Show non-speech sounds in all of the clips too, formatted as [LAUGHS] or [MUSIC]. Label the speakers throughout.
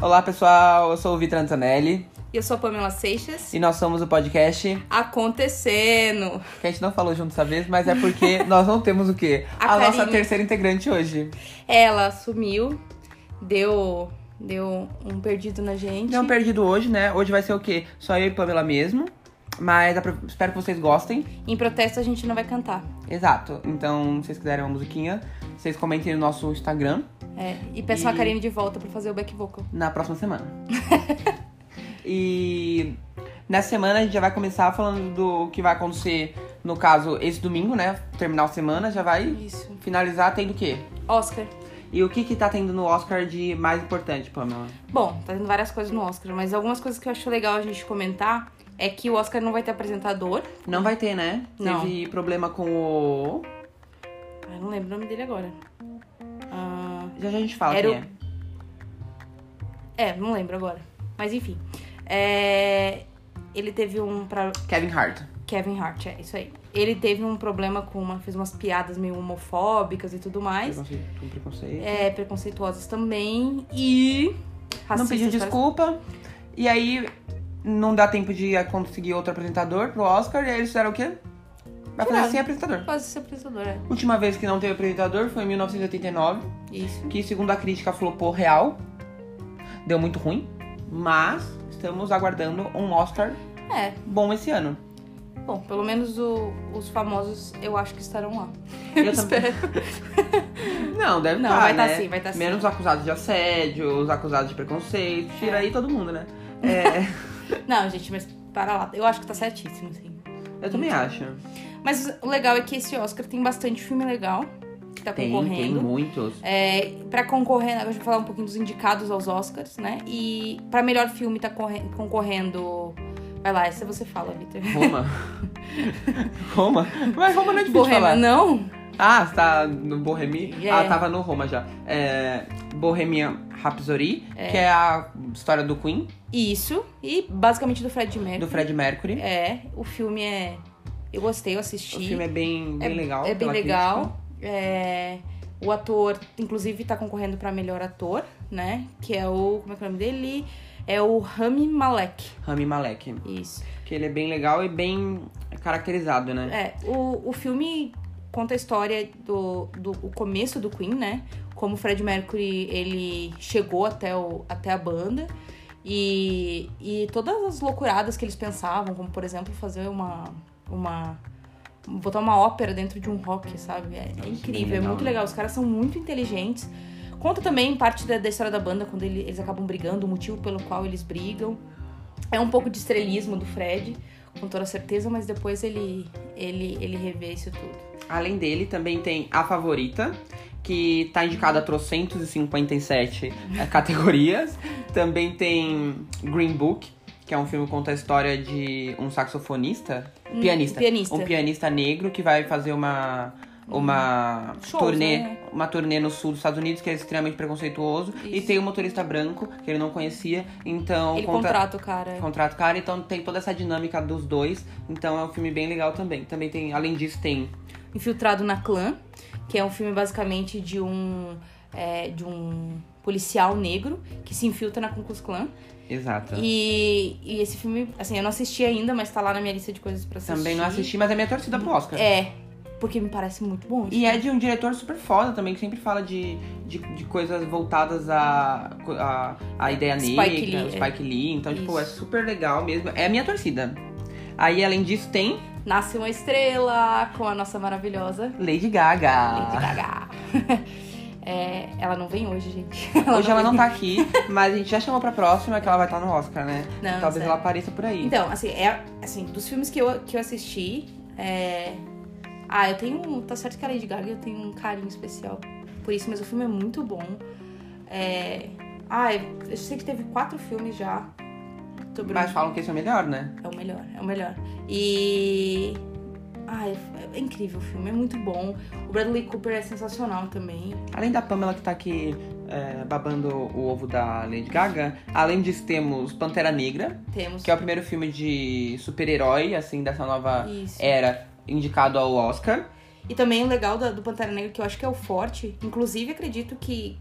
Speaker 1: Olá, pessoal. Eu sou o Vitor Antonelli
Speaker 2: E eu sou a Pamela Seixas.
Speaker 1: e nós somos o podcast
Speaker 2: Acontecendo.
Speaker 1: que a gente não falou junto essa vez, mas é porque nós não temos o quê?
Speaker 2: A
Speaker 1: A, nossa
Speaker 2: Karine.
Speaker 1: terceira integrante hoje.
Speaker 2: Ela sumiu, deu, deu um perdido na gente.
Speaker 1: Não perdido hoje, né? Hoje vai ser o quê? Só eu e Pamela mesmo. Mas apro- espero que vocês gostem.
Speaker 2: Em protesto a gente não vai cantar.
Speaker 1: Exato. Então, se vocês quiserem uma musiquinha, vocês comentem no nosso Instagram
Speaker 2: É, e peçam
Speaker 1: E-
Speaker 2: a Karine de volta pra fazer o back vocal.
Speaker 1: na próxima semana. e nessa semana a gente já vai começar falando do que vai acontecer, no caso, esse domingo, né? Terminar a semana, já vai
Speaker 2: Isso.
Speaker 1: finalizar tendo o quê?
Speaker 2: Oscar.
Speaker 1: E o que que tá tendo no Oscar de mais importante, Pamela?
Speaker 2: Bom, tá tendo várias coisas no Oscar, mas algumas coisas que eu acho legal a gente comentar é que o Oscar não vai ter apresentador.
Speaker 1: Não vai ter, né?
Speaker 2: Não.
Speaker 1: Teve problema com o...
Speaker 2: Ah, eu não lembro o nome dele agora. Ah,
Speaker 1: Já já a gente fala
Speaker 2: Era
Speaker 1: quem
Speaker 2: o-
Speaker 1: é.
Speaker 2: é, não lembro agora. Mas enfim. É, ele teve um pra-
Speaker 1: Kevin Hart.
Speaker 2: Kevin Hart, é isso aí. Ele teve um problema com uma, fez umas piadas meio homofóbicas e tudo mais,
Speaker 1: Preconceito, com um preconceito.
Speaker 2: é, preconceituosas também e
Speaker 1: não pediu
Speaker 2: racistas,
Speaker 1: desculpa. E aí, não dá tempo de conseguir outro apresentador pro Oscar. E aí eles fizeram o quê? Vai fazer
Speaker 2: Tiraram.
Speaker 1: sem apresentador.
Speaker 2: parece- Quase ser apresentador, é.
Speaker 1: Última vez que não teve apresentador foi em 1989.
Speaker 2: Isso.
Speaker 1: Que, segundo a crítica, flopou real. Deu muito ruim. Mas estamos aguardando um Oscar
Speaker 2: É,
Speaker 1: bom esse ano.
Speaker 2: bom, pelo menos o- os famosos eu acho que estarão lá.
Speaker 1: Eu
Speaker 2: [LAUGHS] espero.
Speaker 1: Não, deve
Speaker 2: Não,
Speaker 1: tá,
Speaker 2: vai tá
Speaker 1: né?
Speaker 2: sim, vai tá sim.
Speaker 1: Menos acusados de assédio, os acusados de preconceito, tira
Speaker 2: É.
Speaker 1: aí todo mundo, né? É,
Speaker 2: Não, gente, mas para lá. Eu acho que tá certíssimo, sim.
Speaker 1: É, eu também acho.
Speaker 2: Mas o legal é que esse Oscar tem bastante filme legal que tá
Speaker 1: Tem,
Speaker 2: concorrendo.
Speaker 1: tem muitos.
Speaker 2: É, para concorrer, agora a gente vai falar um pouquinho dos indicados aos Oscars, né? E pra melhor filme tá corre- concorrendo. Vai lá, essa você fala, Victor. [LAUGHS]
Speaker 1: Roma. Roma? Mas Roma não é difícil de
Speaker 2: Bohemian,
Speaker 1: falar.
Speaker 2: não?
Speaker 1: Ah, você tá no Bohemi?
Speaker 2: É.
Speaker 1: Ah, tava no Roma já. É, Bohemian Rhapsody, que é a história do Queen,
Speaker 2: Isso. E basicamente do Fred Mercury.
Speaker 1: do Fred Mercury.
Speaker 2: É, o filme é. Eu gostei, eu assisti.
Speaker 1: O filme é bem, bem legal.
Speaker 2: É bem
Speaker 1: pela
Speaker 2: legal. É, o ator, inclusive, tá concorrendo pra melhor ator, né? Que é o. Como é que é o nome dele? É o Rami Malek.
Speaker 1: crítica. Rami Malek.
Speaker 2: Isso.
Speaker 1: Que ele é bem legal e bem caracterizado, né?
Speaker 2: É, o, o filme conta a história do, do o começo do Queen, né? Como o Fred Mercury ele chegou até, o, até a banda e, e todas as loucuradas que eles pensavam, como por exemplo fazer uma. uma botar uma ópera dentro de um rock, sabe? É, é
Speaker 1: Nossa, bem
Speaker 2: incrível, é
Speaker 1: legal,
Speaker 2: muito
Speaker 1: né?
Speaker 2: legal. Os caras são muito inteligentes. Conta também parte da, da história da banda, quando ele- eles acabam brigando, o motivo pelo qual eles brigam. É um pouco de estrelismo do Fred, com toda certeza, mas depois ele, ele, ele revê isso tudo.
Speaker 1: Além dele, também tem A Favorita, que tá indicada a 357 eh,
Speaker 2: [LAUGHS]
Speaker 1: categorias. Também tem Green Book, que é um filme que conta a história de um saxofonista,
Speaker 2: Hum,
Speaker 1: pianista,
Speaker 2: pianista. Hum.
Speaker 1: um pianista negro que vai fazer uma uma
Speaker 2: Shows,
Speaker 1: turnê,
Speaker 2: né?
Speaker 1: uma turnê no sul dos Estados Unidos que é extremamente preconceituoso e
Speaker 2: Isso.
Speaker 1: tem um motorista branco que ele não conhecia, então
Speaker 2: ele
Speaker 1: conta-
Speaker 2: contrata né? o cara.
Speaker 1: contrato cara, então tem toda essa dinâmica dos dois, então é um filme bem legal também. Também tem, além disso, tem
Speaker 2: Infiltrado na Clã, que é um filme basicamente de um, é, de um policial negro que se infiltra na Ku Klux Klan.
Speaker 1: Exato.
Speaker 2: E, e esse filme, assim, eu não assisti ainda, mas tá lá na minha lista de coisas pra assistir.
Speaker 1: Também não assisti, mas é minha torcida pro Oscar.
Speaker 2: É, porque me parece muito bom.
Speaker 1: E é de um diretor super foda também, que sempre fala de, de, de coisas voltadas à a, a ideia
Speaker 2: Spike
Speaker 1: negra,
Speaker 2: Lee, é.
Speaker 1: Spike Lee. Então, tipo,
Speaker 2: Isso.
Speaker 1: é super legal mesmo. É a minha torcida. Aí, além disso, tem
Speaker 2: Nasce uma estrela com a nossa maravilhosa
Speaker 1: Lady Gaga.
Speaker 2: Lady Gaga. [LAUGHS] É, ela não vem hoje, gente. [LAUGHS] Ela
Speaker 1: Hoje ela
Speaker 2: vem.
Speaker 1: não tá aqui, mas a gente já chamou pra próxima que ela vai estar no Oscar, né?
Speaker 2: Não,
Speaker 1: Talvez
Speaker 2: sério.
Speaker 1: ela apareça por aí.
Speaker 2: Então, assim, é, assim, dos filmes que eu, que eu assisti, é... Ah, eu tenho... um- Tá certo que a Lady Gaga eu tenho um carinho especial por isso, mas o filme é muito bom. É... Ah, eu sei que teve quatro filmes já sobre...
Speaker 1: Mas falam que esse é o melhor, né?
Speaker 2: É o melhor, é o melhor. E... Ah, é, é incrível o filme, é muito bom. O Bradley Cooper é sensacional também.
Speaker 1: Além da Pamela que tá aqui é, babando o ovo da Lady Gaga, além disso temos Pantera Negra,
Speaker 2: Temos...
Speaker 1: que é o primeiro filme de super-herói, assim, dessa nova
Speaker 2: Isso.
Speaker 1: era, indicado ao Oscar.
Speaker 2: E também o legal da- do Pantera Negra, que eu acho que é o forte, inclusive acredito que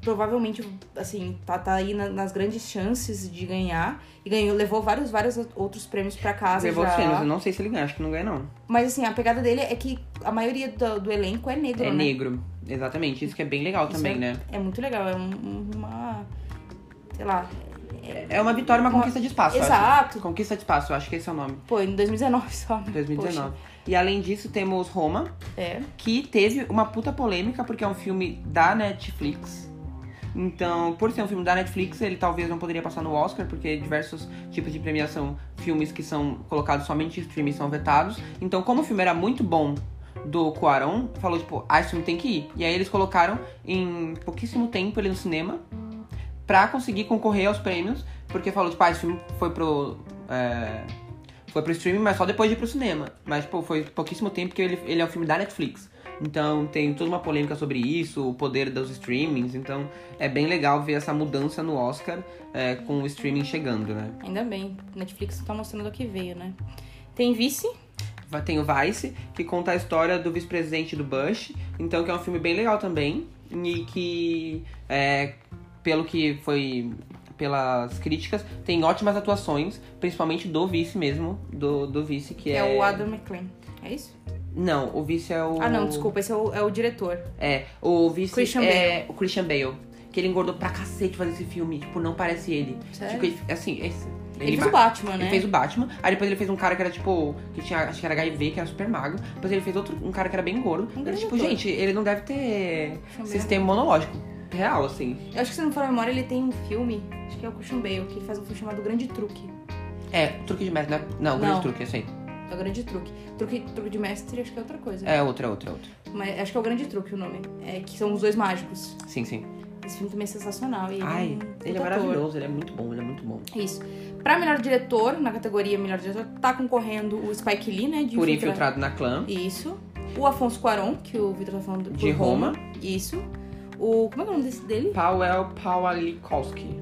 Speaker 2: provavelmente, assim, tá, tá aí na- nas grandes chances de ganhar. E ganhou, levou vários, vários outros prêmios pra casa
Speaker 1: Levou
Speaker 2: já.
Speaker 1: os prêmios, né? eu não sei se ele ganha, acho que não ganha, não.
Speaker 2: Mas, assim, a pegada dele é que a maioria do, do elenco é negro,
Speaker 1: É
Speaker 2: né?
Speaker 1: negro. Exatamente, isso que é bem legal
Speaker 2: Isso
Speaker 1: também, né?
Speaker 2: É muito legal, é um- uma... Sei lá.
Speaker 1: É uma vitória, uma
Speaker 2: Uma-
Speaker 1: conquista de espaço. eu acho.
Speaker 2: Exato.
Speaker 1: Conquista de espaço, eu acho que esse é o nome.
Speaker 2: Pô, em 2019 [LAUGHS] só. né?
Speaker 1: 2019. E além disso, temos Roma,
Speaker 2: Poxa, é.
Speaker 1: que teve uma puta polêmica, porque é um filme da Netflix. Então, por ser um filme da Netflix, ele talvez não poderia passar no Oscar, porque diversos tipos de premiação, filmes que são colocados somente em streaming são vetados. Então, como o filme era muito bom do Cuarón, falou tipo, ah, esse filme tem que ir. E aí eles colocaram em pouquíssimo tempo ele no cinema pra conseguir concorrer aos prêmios, porque falou tipo, ah, esse filme foi pro. é, foi pro streaming, mas só depois de ir pro cinema. Mas, pô, foi pouquíssimo tempo que ele, ele é um filme da Netflix. Então tem toda uma polêmica sobre isso, o poder dos streamings. Então é bem legal ver essa mudança no Oscar é, com o streaming chegando, né?
Speaker 2: Ainda bem. Netflix tá mostrando do que veio, né? Tem Vice.
Speaker 1: Vai- Tem o Vice, que conta a história do vice-presidente do Bush, então que é um filme bem legal também, e que, é, pelo que foi, pelas críticas, tem ótimas atuações, principalmente do vice mesmo, do, do vice, que
Speaker 2: É,
Speaker 1: é...
Speaker 2: o Adam McLean. É isso?
Speaker 1: Não, o vice é o...
Speaker 2: Ah, não, desculpa. Esse é o, é o diretor.
Speaker 1: É, o vice
Speaker 2: Christian
Speaker 1: é o Christian Bale, que ele engordou pra cacete fazer esse filme, tipo, não parece ele.
Speaker 2: Sério?
Speaker 1: Tipo, ele- assim, esse-
Speaker 2: Ele, fez
Speaker 1: ma-
Speaker 2: o Batman, né?
Speaker 1: Ele fez o Batman, aí depois ele fez um cara que era tipo. que tinha. acho que era HIV, que era super magro. Depois ele fez outro, um cara que era bem gordo.
Speaker 2: Um É
Speaker 1: Ele,
Speaker 2: grande
Speaker 1: tipo,
Speaker 2: ator.
Speaker 1: gente, ele não deve ter
Speaker 2: Christian Bale.
Speaker 1: sistema monológico. Real, assim.
Speaker 2: Eu acho que se não for a memória, ele tem um filme, acho que é o Christian Bale, que ele faz um filme chamado Grande Truque.
Speaker 1: É, truque de mestre, né? Não, grande
Speaker 2: Não.
Speaker 1: truque, esse aí.
Speaker 2: É o Grande Truque. Truque, truque de mestre, acho que é outra coisa.
Speaker 1: É outro, é outro, é outro.
Speaker 2: Mas acho que é o Grande Truque o nome. É que são os dois mágicos.
Speaker 1: Sim, sim.
Speaker 2: Esse filme também é sensacional. E
Speaker 1: Ai,
Speaker 2: um puta
Speaker 1: ele é
Speaker 2: ator.
Speaker 1: maravilhoso, ele é muito bom, ele é muito bom.
Speaker 2: Isso. Pra melhor diretor, na categoria melhor diretor, tá concorrendo o Spike Lee, né? De
Speaker 1: Por
Speaker 2: Infiltra-
Speaker 1: infiltrado na clã.
Speaker 2: Isso. O Afonso Cuaron, que o Vitor tá falando por
Speaker 1: De Roma.
Speaker 2: Isso. O. Como é que é o nome desse dele?
Speaker 1: Powell Pawalikowski.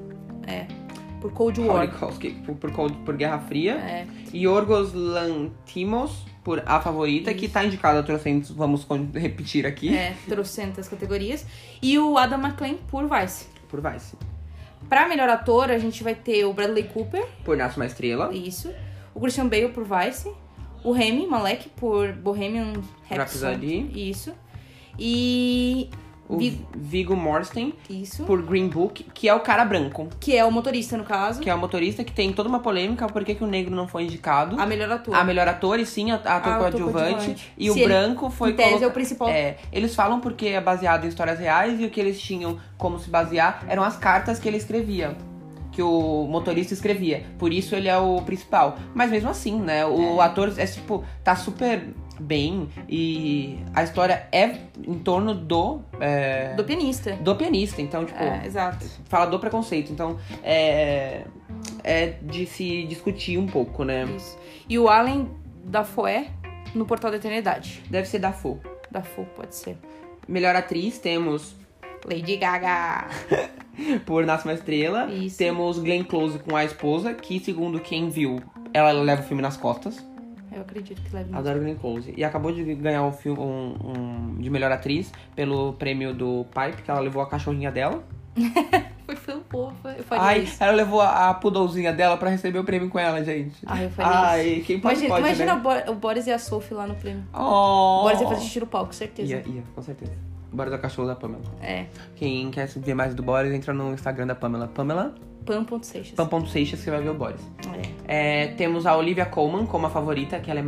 Speaker 2: Por Cold War.
Speaker 1: Pawalikowski por, por, Cold- por Guerra Fria.
Speaker 2: É.
Speaker 1: Yorgos Lantimos por A Favorita, que tá indicado a 300, vamos con- repetir aqui,
Speaker 2: É, trocentas categorias. E o Adam McLean por Vice.
Speaker 1: por Vice.
Speaker 2: Pra melhor ator, a gente vai ter o Bradley Cooper,
Speaker 1: Por Nasce Uma Estrela,
Speaker 2: isso. O Christian Bale por Vice. O Remy Malek por Bohemian Rhapsody.
Speaker 1: Rhapsody.
Speaker 2: Isso. E.
Speaker 1: o
Speaker 2: Vi-
Speaker 1: Vigo Mortensen
Speaker 2: Isso.
Speaker 1: por Green Book, que é o cara branco,
Speaker 2: Que é o motorista, no caso.
Speaker 1: que é o motorista que tem toda uma polêmica por que que o negro não foi indicado.
Speaker 2: A melhor ator.
Speaker 1: é um A melhor ator e sim a, a ator
Speaker 2: Ah, ator
Speaker 1: coadjuvante.
Speaker 2: Tipo, coadjuvante.
Speaker 1: E
Speaker 2: Se
Speaker 1: o
Speaker 2: ele-
Speaker 1: branco foi
Speaker 2: em tese
Speaker 1: coloca-
Speaker 2: é o principal.
Speaker 1: É, eles falam porque é baseado em histórias reais e o que eles tinham como se basear eram as cartas que ele escrevia. Que o motorista escrevia. Por isso ele é o principal. Mas mesmo assim, né? O ator é tipo, tá super bem e a história é em torno do. é,
Speaker 2: Do pianista.
Speaker 1: do pianista. Então, tipo,
Speaker 2: É, exato.
Speaker 1: fala do preconceito. Então, é. É de se discutir um pouco, né?
Speaker 2: Isso. E o Allen da Foé no Portal da Eternidade.
Speaker 1: Deve ser da FO.
Speaker 2: Da Fo, pode ser.
Speaker 1: Melhor atriz temos
Speaker 2: Lady Gaga.
Speaker 1: por Nasce uma Estrela.
Speaker 2: Isso.
Speaker 1: Temos Glenn Close com a esposa, que segundo quem viu, ela leva o filme nas costas.
Speaker 2: Eu acredito que é leve muito.
Speaker 1: Adoro Glenn Close. E acabou de ganhar um filme um- um de melhor atriz pelo prêmio do Pipe, que ela levou a cachorrinha dela.
Speaker 2: Foi tão fofa. um Eu faria
Speaker 1: Ai,
Speaker 2: isso.
Speaker 1: ela levou a, a poodlezinha dela pra receber o prêmio com ela, gente.
Speaker 2: Ai, eu faria
Speaker 1: Ai, quem pode
Speaker 2: Ah, Imagina,
Speaker 1: pode,
Speaker 2: imagina
Speaker 1: né?
Speaker 2: o, Bo- o Boris e a Sophie lá no prêmio.
Speaker 1: Oh.
Speaker 2: O Boris ia fazer xixi no palco, certeza.
Speaker 1: Ia, ia, com certeza. Bora da cachorro da Pamela.
Speaker 2: É,
Speaker 1: Quem quer ver mais do Boris, entra no Instagram da Pamela. Pamela,
Speaker 2: pan.seixas.
Speaker 1: pam.seixas, que você vai ver o Boris.
Speaker 2: É.
Speaker 1: É, temos a Olivia Colman como a favorita, que ela é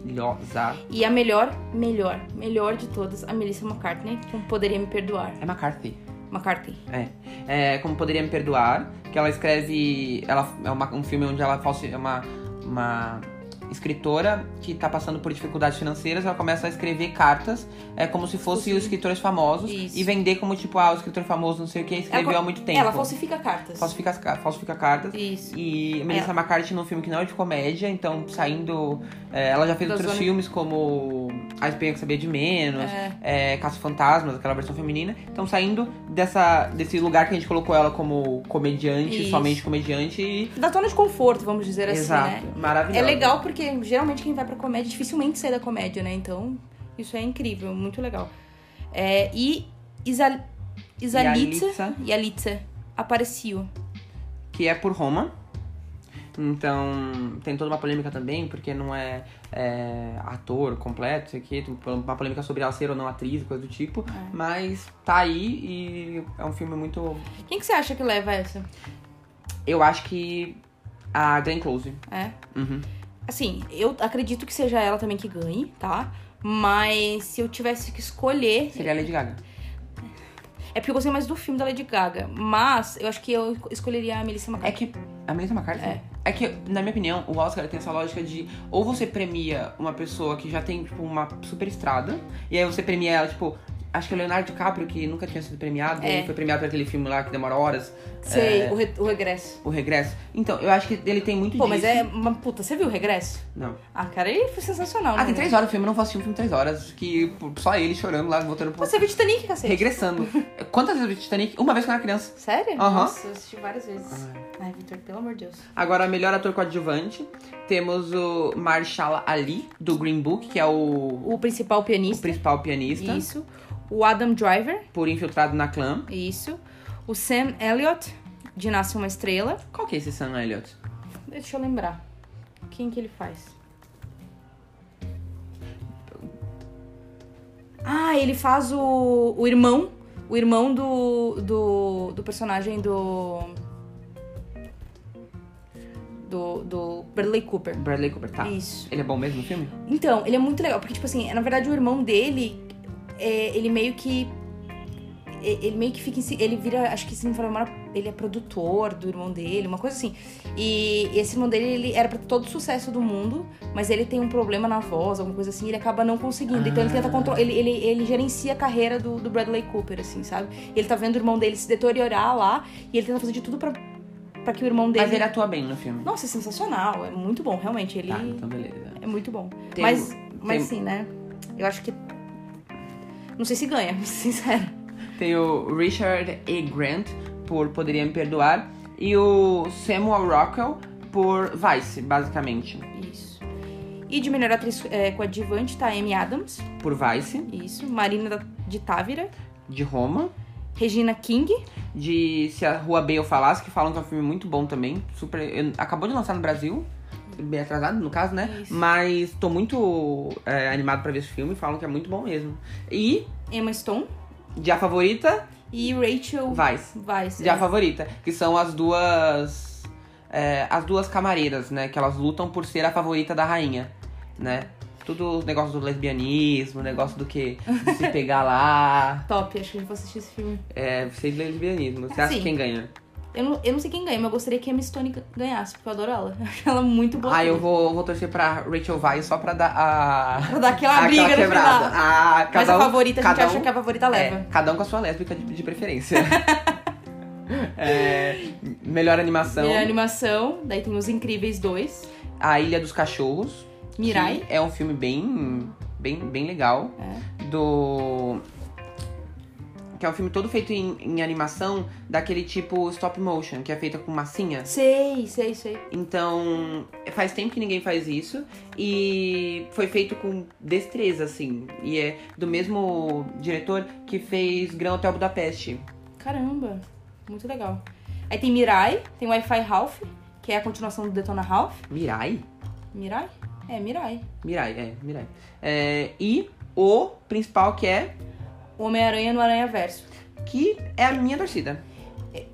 Speaker 1: maravilhosa.
Speaker 2: E a melhor, melhor, melhor de todas, a Melissa McCartney, com Poderia Me Perdoar.
Speaker 1: É McCarthy.
Speaker 2: McCartney.
Speaker 1: É. É, como Poderia Me Perdoar, que ela escreve. Ela, é uma- um filme onde ela falsi- é uma, uma escritora que tá passando por dificuldades financeiras. Ela começa a escrever cartas é, como se fosse
Speaker 2: Sim.
Speaker 1: os escritores famosos
Speaker 2: Isso.
Speaker 1: e vender como tipo, ah, o escritor famoso não sei o que escreveu
Speaker 2: Ela-
Speaker 1: há muito tempo.
Speaker 2: Ela falsifica cartas.
Speaker 1: Falsifica, as ca- falsifica cartas.
Speaker 2: Isso.
Speaker 1: E Melissa McCarthy num filme que não é de comédia, então saindo. é, ela já fez
Speaker 2: Da
Speaker 1: outros
Speaker 2: zona-
Speaker 1: filmes como A Espinha que Sabia de Menos,
Speaker 2: É.
Speaker 1: é, Caça Fantasmas, aquela versão feminina. Então saindo dessa, desse lugar que a gente colocou ela como comediante,
Speaker 2: Isso.
Speaker 1: somente comediante e.
Speaker 2: Da zona de conforto, vamos dizer assim,
Speaker 1: Exato,
Speaker 2: né?
Speaker 1: maravilhosa.
Speaker 2: É legal porque geralmente quem vai pra comédia dificilmente sai da comédia, né? Então, isso é incrível, muito legal. É, e Isa... Isalitza
Speaker 1: Yalitza.
Speaker 2: e Alitza apareciam.
Speaker 1: que é por Roma. Então, tem toda uma polêmica também, porque não é, é, ator completo, isso aqui, tem uma polêmica sobre ela ser ou não atriz, coisa do tipo.
Speaker 2: É.
Speaker 1: Mas tá aí e é um filme muito.
Speaker 2: Quem que você acha que leva essa?
Speaker 1: Eu acho que a Glenn Close.
Speaker 2: É.
Speaker 1: Uhum.
Speaker 2: Assim, eu acredito que seja ela também que ganhe, tá? Mas se eu tivesse que escolher.
Speaker 1: Seria a Lady Gaga.
Speaker 2: É porque eu gostei mais do filme da Lady Gaga. Mas eu acho que eu escolheria a Melissa
Speaker 1: É
Speaker 2: McCarthy.
Speaker 1: que. A Melissa McCarthy?
Speaker 2: É.
Speaker 1: É que, na minha opinião, o Oscar tem essa lógica de ou você premia uma pessoa que já tem, tipo, uma super estrada, e aí você premia ela, tipo, acho que o Leonardo DiCaprio, que nunca tinha sido premiado,
Speaker 2: É.
Speaker 1: ele foi premiado por aquele filme lá que demora horas,
Speaker 2: Sei, o, re- o regresso.
Speaker 1: o regresso. Então, eu acho que ele tem muito
Speaker 2: É. Pô,
Speaker 1: disso.
Speaker 2: mas é uma puta, você viu o regresso?
Speaker 1: Não.
Speaker 2: Ah, cara, ele foi sensacional, né?
Speaker 1: Ah, tem três horas o filme, eu não vou assistir um filme de três horas, que pô, só ele chorando lá, voltando pro...
Speaker 2: Você viu Titanic, cacete? [LAUGHS]
Speaker 1: Regressando. Quantas vezes eu vi Titanic? Uma vez quando eu era criança.
Speaker 2: Sério?
Speaker 1: Aham. Ah.
Speaker 2: Nossa, eu assisti várias vezes. Ai, Vitor, pelo amor de Deus.
Speaker 1: Agora, melhor ator coadjuvante, temos o Marshall Ali, do Green Book, que é o,
Speaker 2: O principal
Speaker 1: o
Speaker 2: pianista.
Speaker 1: principal pianista,
Speaker 2: Isso. O Adam Driver.
Speaker 1: por Infiltrado na Clã.
Speaker 2: Isso. O Sam Elliott, de Nasce Uma Estrela.
Speaker 1: Qual que é esse Sam Elliott?
Speaker 2: Deixa eu lembrar. Quem que ele faz? Ah, ele faz o, o irmão. O irmão do, do, do personagem do. Do, do Bradley Cooper.
Speaker 1: Bradley Cooper, tá.
Speaker 2: Isso.
Speaker 1: Ele é bom mesmo no filme?
Speaker 2: Então, ele é muito legal, porque, tipo assim, na verdade, o irmão dele, é, ele meio que. e- Ele meio que fica em si. Ele vira, acho que se não for memória, ele é produtor do irmão dele, uma coisa assim. E esse irmão dele, ele era pra ter todo o sucesso do mundo, mas ele tem um problema na voz, alguma coisa assim, e ele acaba não conseguindo. Então ele tenta
Speaker 1: Ah.
Speaker 2: controlar. Ele, ele, ele gerencia a carreira do, do Bradley Cooper, assim, sabe? Ele tá vendo o irmão dele se deteriorar lá, e ele tenta fazer de tudo pra, pra que o irmão dele.
Speaker 1: Mas ele atua bem no filme.
Speaker 2: Nossa, é sensacional, é muito bom, realmente. Ele
Speaker 1: Tá, então beleza.
Speaker 2: é muito bom.
Speaker 1: Tem-
Speaker 2: mas, mas
Speaker 1: tem-
Speaker 2: sim, né? Eu acho que. Não sei se ganha, [LAUGHS] sincero.
Speaker 1: Tem o Richard E. Grant, por Poderia Me Perdoar, e o Samuel Rockwell, por Vice, basicamente.
Speaker 2: Isso. E de melhor atriz é, coadjuvante tá Amy Adams,
Speaker 1: Por Vice,
Speaker 2: isso. Marina da- de Távira,
Speaker 1: de Roma.
Speaker 2: Regina King,
Speaker 1: de Se a Rua B eu Falasse, que falam que é um filme muito bom também. Super, eu- acabou de lançar no Brasil, bem atrasado no caso, né?
Speaker 2: Isso.
Speaker 1: Mas tô muito é, animado pra ver esse filme, falam que é muito bom mesmo. E
Speaker 2: Emma Stone
Speaker 1: de A Favorita,
Speaker 2: e Rachel
Speaker 1: Vice.
Speaker 2: Weisz.
Speaker 1: De A Favorita, que são as duas. é, as duas camareiras, né? Que elas lutam por ser a favorita da rainha, né? Tudo o negócio do lesbianismo, negócio do que? De
Speaker 2: [LAUGHS]
Speaker 1: se pegar lá.
Speaker 2: É, Top, acho que eu vou assistir esse filme.
Speaker 1: É, você é lesbianismo. Você acha
Speaker 2: Sim.
Speaker 1: quem ganha?
Speaker 2: Eu não, eu não sei quem ganha, mas eu gostaria que a Emma Stone ga- ganhasse, porque eu adoro ela. [LAUGHS] Eu acho ela muito boa.
Speaker 1: Ah, eu vou, vou torcer pra Rachel Vai só pra dar a.
Speaker 2: Pra dar aquela briga no final.
Speaker 1: Ah,
Speaker 2: Mas
Speaker 1: cada
Speaker 2: a
Speaker 1: um,
Speaker 2: favorita, a gente
Speaker 1: cada
Speaker 2: acha
Speaker 1: um-
Speaker 2: que a favorita leva.
Speaker 1: é, cada um com a sua lésbica de, de preferência. [LAUGHS] É, melhor animação:
Speaker 2: Melhor animação, daí tem Os Incríveis 2,
Speaker 1: A Ilha dos Cachorros. que
Speaker 2: Mirai. É.
Speaker 1: É um filme bem, bem, bem legal. Do. Que é um filme todo feito em, em animação daquele tipo stop motion, que é feita com massinha.
Speaker 2: Sei, sei, sei.
Speaker 1: Então, faz tempo que ninguém faz isso. E foi feito com destreza, assim. E é do mesmo diretor que fez Grão Hotel Budapeste.
Speaker 2: Caramba, muito legal. Aí tem Mirai, tem Wi-Fi Ralph, que é a continuação do Detona Ralph.
Speaker 1: Mirai?
Speaker 2: Mirai? É, Mirai.
Speaker 1: Mirai, é, Mirai. É, e o principal que é,
Speaker 2: O Homem-Aranha no Aranha Verso.
Speaker 1: que é a minha torcida.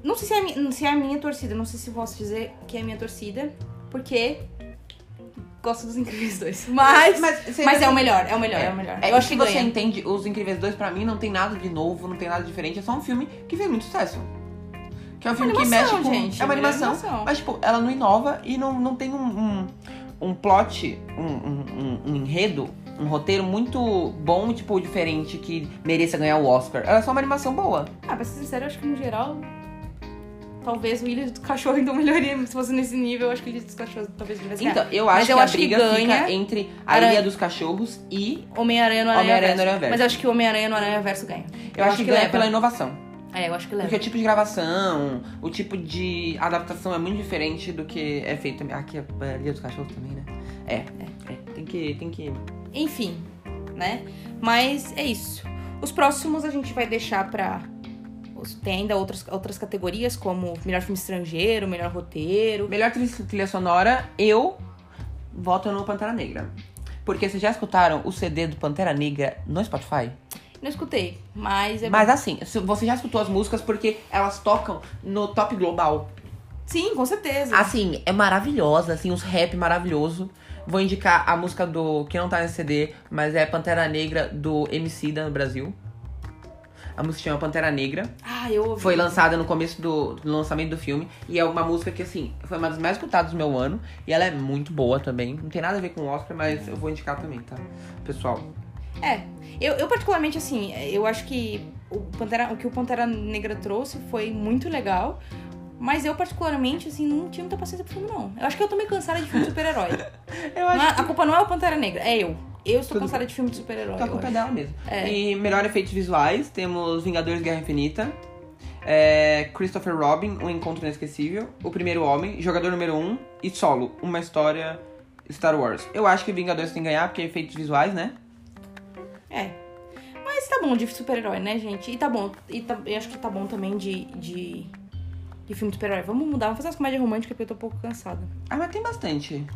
Speaker 2: Não sei se é, a mi- se é a minha torcida, não sei se posso dizer que é a minha torcida, porque gosto dos Incríveis
Speaker 1: [LAUGHS]
Speaker 2: 2. Mas, mas,
Speaker 1: você-
Speaker 2: é o melhor, é o melhor, é, o melhor.
Speaker 1: É,
Speaker 2: Eu acho
Speaker 1: se
Speaker 2: que
Speaker 1: você
Speaker 2: ganha.
Speaker 1: entende, Os Incríveis 2 pra mim não tem nada de novo, não tem nada diferente, é só um filme que fez muito sucesso. Que é um filme
Speaker 2: animação,
Speaker 1: que mexe com.
Speaker 2: gente,
Speaker 1: é uma
Speaker 2: é uma
Speaker 1: animação,
Speaker 2: animação.
Speaker 1: Mas, tipo, ela não inova e não, não tem um, um, um plot, um, um, um- um enredo, um roteiro muito bom, tipo, diferente, que mereça ganhar o Oscar. Ela é só uma animação boa.
Speaker 2: Ah, pra ser sincero, eu acho que no geral. Talvez o Ilha do Cachorro [LAUGHS] então melhoria. Se fosse nesse nível, eu acho que o Ilha dos Cachorros talvez devesse ganhar.
Speaker 1: Então, eu
Speaker 2: é. Mas
Speaker 1: acho
Speaker 2: eu
Speaker 1: que
Speaker 2: acho
Speaker 1: a
Speaker 2: que
Speaker 1: briga
Speaker 2: ganha
Speaker 1: fica entre a
Speaker 2: Aranha-
Speaker 1: Ilha dos Cachorros e.
Speaker 2: Homem-Aranha no Aranha
Speaker 1: Homem-Aranha
Speaker 2: Verso.
Speaker 1: no Aranha Verso.
Speaker 2: Mas eu acho que o Homem-Aranha no Aranha Verso ganha.
Speaker 1: Eu, acho, que ganha
Speaker 2: leva.
Speaker 1: pela inovação.
Speaker 2: É, eu acho que leva.
Speaker 1: Porque o tipo de gravação, o tipo de adaptação é muito diferente do que é feito. Aqui é a Ilha dos Cachorros também, né? É, é. Tem que. Tem que...
Speaker 2: Enfim, né? Mas é isso. Os próximos a gente vai deixar pra Tem ainda outras, outras categorias, como melhor filme estrangeiro, melhor roteiro.
Speaker 1: Melhor trilha trilha sonora, eu voto no Pantera Negra. Porque vocês já escutaram o CD do Pantera Negra no Spotify?
Speaker 2: Não escutei, mas é
Speaker 1: Mas assim, se- você já escutou as músicas porque elas tocam no top global.
Speaker 2: Sim, com certeza.
Speaker 1: Assim, é maravilhosa, assim, uns rap maravilhoso. Vou indicar a música do. que não tá nesse CD, mas é Pantera Negra do MC da no Brasil. A música chama Pantera Negra.
Speaker 2: Ah, eu ouvi.
Speaker 1: Foi lançada no começo do, do lançamento do filme. E é uma música que, assim, foi uma das mais escutadas do meu ano. E ela é muito boa também. Não tem nada a ver com o Oscar, mas eu vou indicar também, tá? Pessoal.
Speaker 2: É. Eu, eu particularmente, assim, eu acho que o, Pantera, o que o Pantera Negra trouxe foi muito legal. Mas eu, particularmente, assim, não tinha muita paciência pro filme, não. Eu acho que eu tô meio cansada de filme de super-herói.
Speaker 1: [LAUGHS] Eu
Speaker 2: Não é- A culpa não é o Pantera Negra, é eu. Eu estou
Speaker 1: Tudo
Speaker 2: cansada de filme de super-herói.
Speaker 1: Tá
Speaker 2: eu
Speaker 1: com
Speaker 2: acho.
Speaker 1: o dela mesmo.
Speaker 2: É.
Speaker 1: E melhor efeitos visuais, temos Vingadores Guerra Infinita, é, Christopher Robin, Um Encontro Inesquecível, O Primeiro Homem, Jogador Número 1 e Solo, Uma História Star Wars. Eu acho que Vingadores tem que ganhar, porque é efeitos visuais, né?
Speaker 2: É. Mas tá bom de super-herói, né, gente? E tá bom. E tá- eu acho que tá bom também de, de, de filme de super-herói. Vamos mudar, vamos fazer as comédias românticas porque eu tô um pouco cansada.
Speaker 1: Ah, mas tem bastante.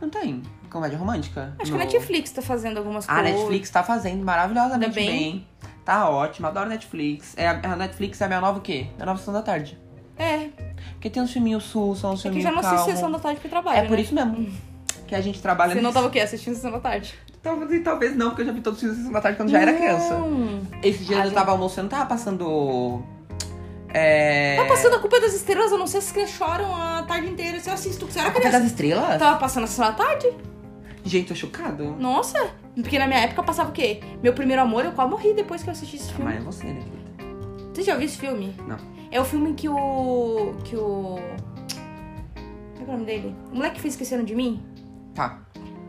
Speaker 1: Não tem? Comédia romântica?
Speaker 2: Acho
Speaker 1: No-
Speaker 2: que a Netflix tá fazendo algumas
Speaker 1: A
Speaker 2: coisas.
Speaker 1: Netflix tá fazendo maravilhosamente
Speaker 2: Ainda bem.
Speaker 1: bem. Tá ótimo, adoro Netflix. É, a a Netflix é a minha nova o quê? A nova Sessão da Tarde.
Speaker 2: É,
Speaker 1: Porque tem uns filminhos sul, são uns
Speaker 2: é que eu
Speaker 1: filminhos
Speaker 2: já não
Speaker 1: calmos.
Speaker 2: assisti Sessão da Tarde porque eu trabalho,
Speaker 1: É por
Speaker 2: né?
Speaker 1: isso mesmo que a gente trabalha
Speaker 2: Você não
Speaker 1: nisso.
Speaker 2: tava o quê? Assistindo Sessão da Tarde?
Speaker 1: Talvez, talvez não, porque eu já vi todos os filmes da Sessão da Tarde quando já era criança.
Speaker 2: Não.
Speaker 1: Esse dia
Speaker 2: Ah,
Speaker 1: eu
Speaker 2: já-
Speaker 1: tava almoçando, tava passando... É...
Speaker 2: Tá passando a culpa das estrelas, eu não sei se vocês choram a tarde inteira. Se eu assisto, você era
Speaker 1: A Culpa
Speaker 2: tá
Speaker 1: é
Speaker 2: criança.
Speaker 1: das Estrelas?
Speaker 2: Tava passando a Sessão da Tarde?
Speaker 1: Gente, tô chocado.
Speaker 2: Nossa! Porque na minha época passava o quê? Meu primeiro amor, eu quase morri depois que eu assisti esse
Speaker 1: Ah,
Speaker 2: filme.
Speaker 1: Mas é você, né? querida?
Speaker 2: Você já viu esse filme?
Speaker 1: Não.
Speaker 2: É o filme que o. que o. Como é que é o nome dele? O moleque que fez Esquecendo de Mim?
Speaker 1: Tá.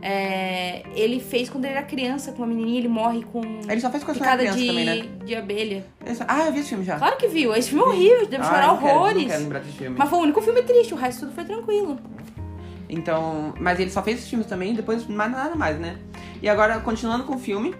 Speaker 2: É, ele fez quando ele era criança, com uma menininha, ele morre com
Speaker 1: Ele só fez com a Sessão da
Speaker 2: picada
Speaker 1: Criança
Speaker 2: de,
Speaker 1: também, né?
Speaker 2: de abelha.
Speaker 1: Ele só- Ah, eu vi esse filme já.
Speaker 2: Claro que viu, esse filme é horrível, deve
Speaker 1: Ah,
Speaker 2: chorar
Speaker 1: eu não quero-
Speaker 2: horrores.
Speaker 1: não quero lembrar desse filme.
Speaker 2: Mas foi o único filme triste, o resto tudo foi tranquilo.
Speaker 1: Então, mas ele só fez esses filmes também, depois mais nada mais, né? E agora, continuando com o filme,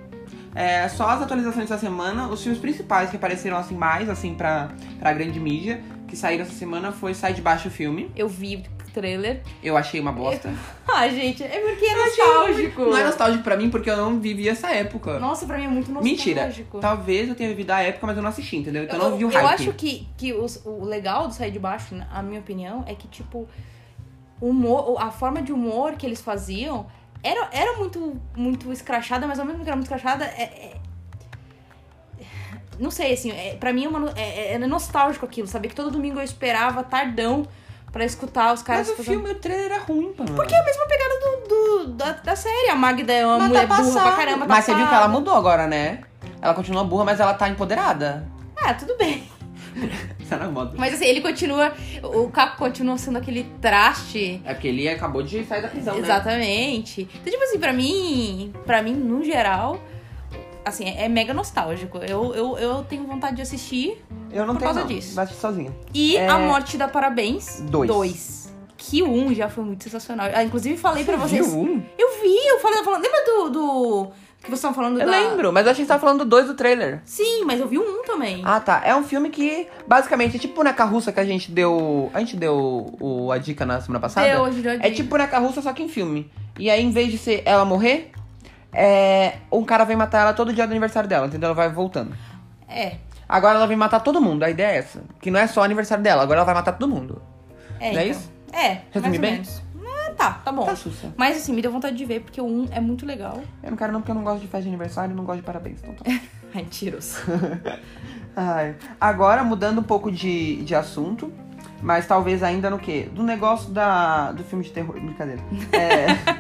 Speaker 1: é, só as atualizações da semana, os filmes principais que apareceram assim mais, assim, pra, pra grande mídia, que saíram essa semana foi Sai de Baixo o filme.
Speaker 2: Eu vi o trailer. [LAUGHS]
Speaker 1: Eu achei uma bosta.
Speaker 2: Ah, gente, é porque é
Speaker 1: achei
Speaker 2: nostálgico.
Speaker 1: Não é nostálgico pra mim, porque eu não vivi essa época.
Speaker 2: Nossa, pra mim é muito nostálgico.
Speaker 1: Mentira. Talvez eu tenha vivido a época, mas eu não assisti, entendeu? Então eu, não vi o
Speaker 2: eu
Speaker 1: hype.
Speaker 2: acho que, que os- o legal do Sair de Baixo, a minha opinião, é que, tipo, o humor, a forma de humor que eles faziam era, era muito, muito escrachada, mas ao mesmo tempo que era muito escrachada, é- é- Não sei, assim, é, pra mim é, uma no- é- é- é nostálgico aquilo, saber que todo domingo eu esperava tardão pra escutar os caras
Speaker 1: Mas o filme, o trailer era ruim, mano. tá Por que
Speaker 2: é do- do- da, da série. A Magda é uma
Speaker 1: Mas
Speaker 2: mulher
Speaker 1: tá
Speaker 2: burra pra
Speaker 1: passado.
Speaker 2: caramba. tá
Speaker 1: Mas você viu que ela
Speaker 2: passada.
Speaker 1: mudou agora, né? Ela continua burra, mas ela tá empoderada.
Speaker 2: Ah, tudo bem.
Speaker 1: Isso é na moda.
Speaker 2: Mas assim, ele continua. O Caco continua sendo aquele traste
Speaker 1: É porque ele acabou de sair da prisão, né?
Speaker 2: Exatamente. Então, tipo assim, pra mim, pra mim, no geral, assim, é, é mega nostálgico. Eu, eu, eu tenho vontade de assistir.
Speaker 1: Eu não
Speaker 2: Por
Speaker 1: tenho,
Speaker 2: causa
Speaker 1: não.
Speaker 2: disso.
Speaker 1: Vai assistir sozinha.
Speaker 2: E
Speaker 1: É.
Speaker 2: A Morte da Parabéns
Speaker 1: Dois.
Speaker 2: dois Que o um já foi muito sensacional. Ah, inclusive, falei
Speaker 1: [LAUGHS]
Speaker 2: pra vocês.
Speaker 1: Viu um?
Speaker 2: Eu vi, eu falei, eu falei- lembra do, do. Que vocês estavam falando
Speaker 1: Eu
Speaker 2: da.
Speaker 1: lembro, mas eu achei que você tava falando do dois do trailer.
Speaker 2: Sim, mas eu vi o um também.
Speaker 1: Ah, tá. É um filme que, basicamente, é tipo boneca russa que a gente deu. A gente deu o- a dica na semana passada.
Speaker 2: Deu, a gente já
Speaker 1: É
Speaker 2: disse.
Speaker 1: tipo boneca russa, só que em filme. E aí, em vez de ser ela morrer, é, um cara vem matar ela todo dia do aniversário dela, entendeu? Ela vai voltando.
Speaker 2: É.
Speaker 1: Agora ela vem matar todo mundo, a ideia é essa. Que não é só o aniversário dela, agora ela vai matar todo mundo.
Speaker 2: É,
Speaker 1: Não é
Speaker 2: então.
Speaker 1: isso?
Speaker 2: É, mais
Speaker 1: Resumi
Speaker 2: ou
Speaker 1: bem?
Speaker 2: menos. Ah, tá, tá bom.
Speaker 1: Tá sussa.
Speaker 2: Mas assim, me deu vontade de ver, porque o um é muito legal.
Speaker 1: Eu não quero não, porque eu não gosto de festa de aniversário e não gosto de parabéns. Então tá.
Speaker 2: Ai, tiros.
Speaker 1: Ai. Agora, mudando um pouco de, de assunto, mas talvez ainda no quê? Do negócio da, do filme de terror. Brincadeira. É,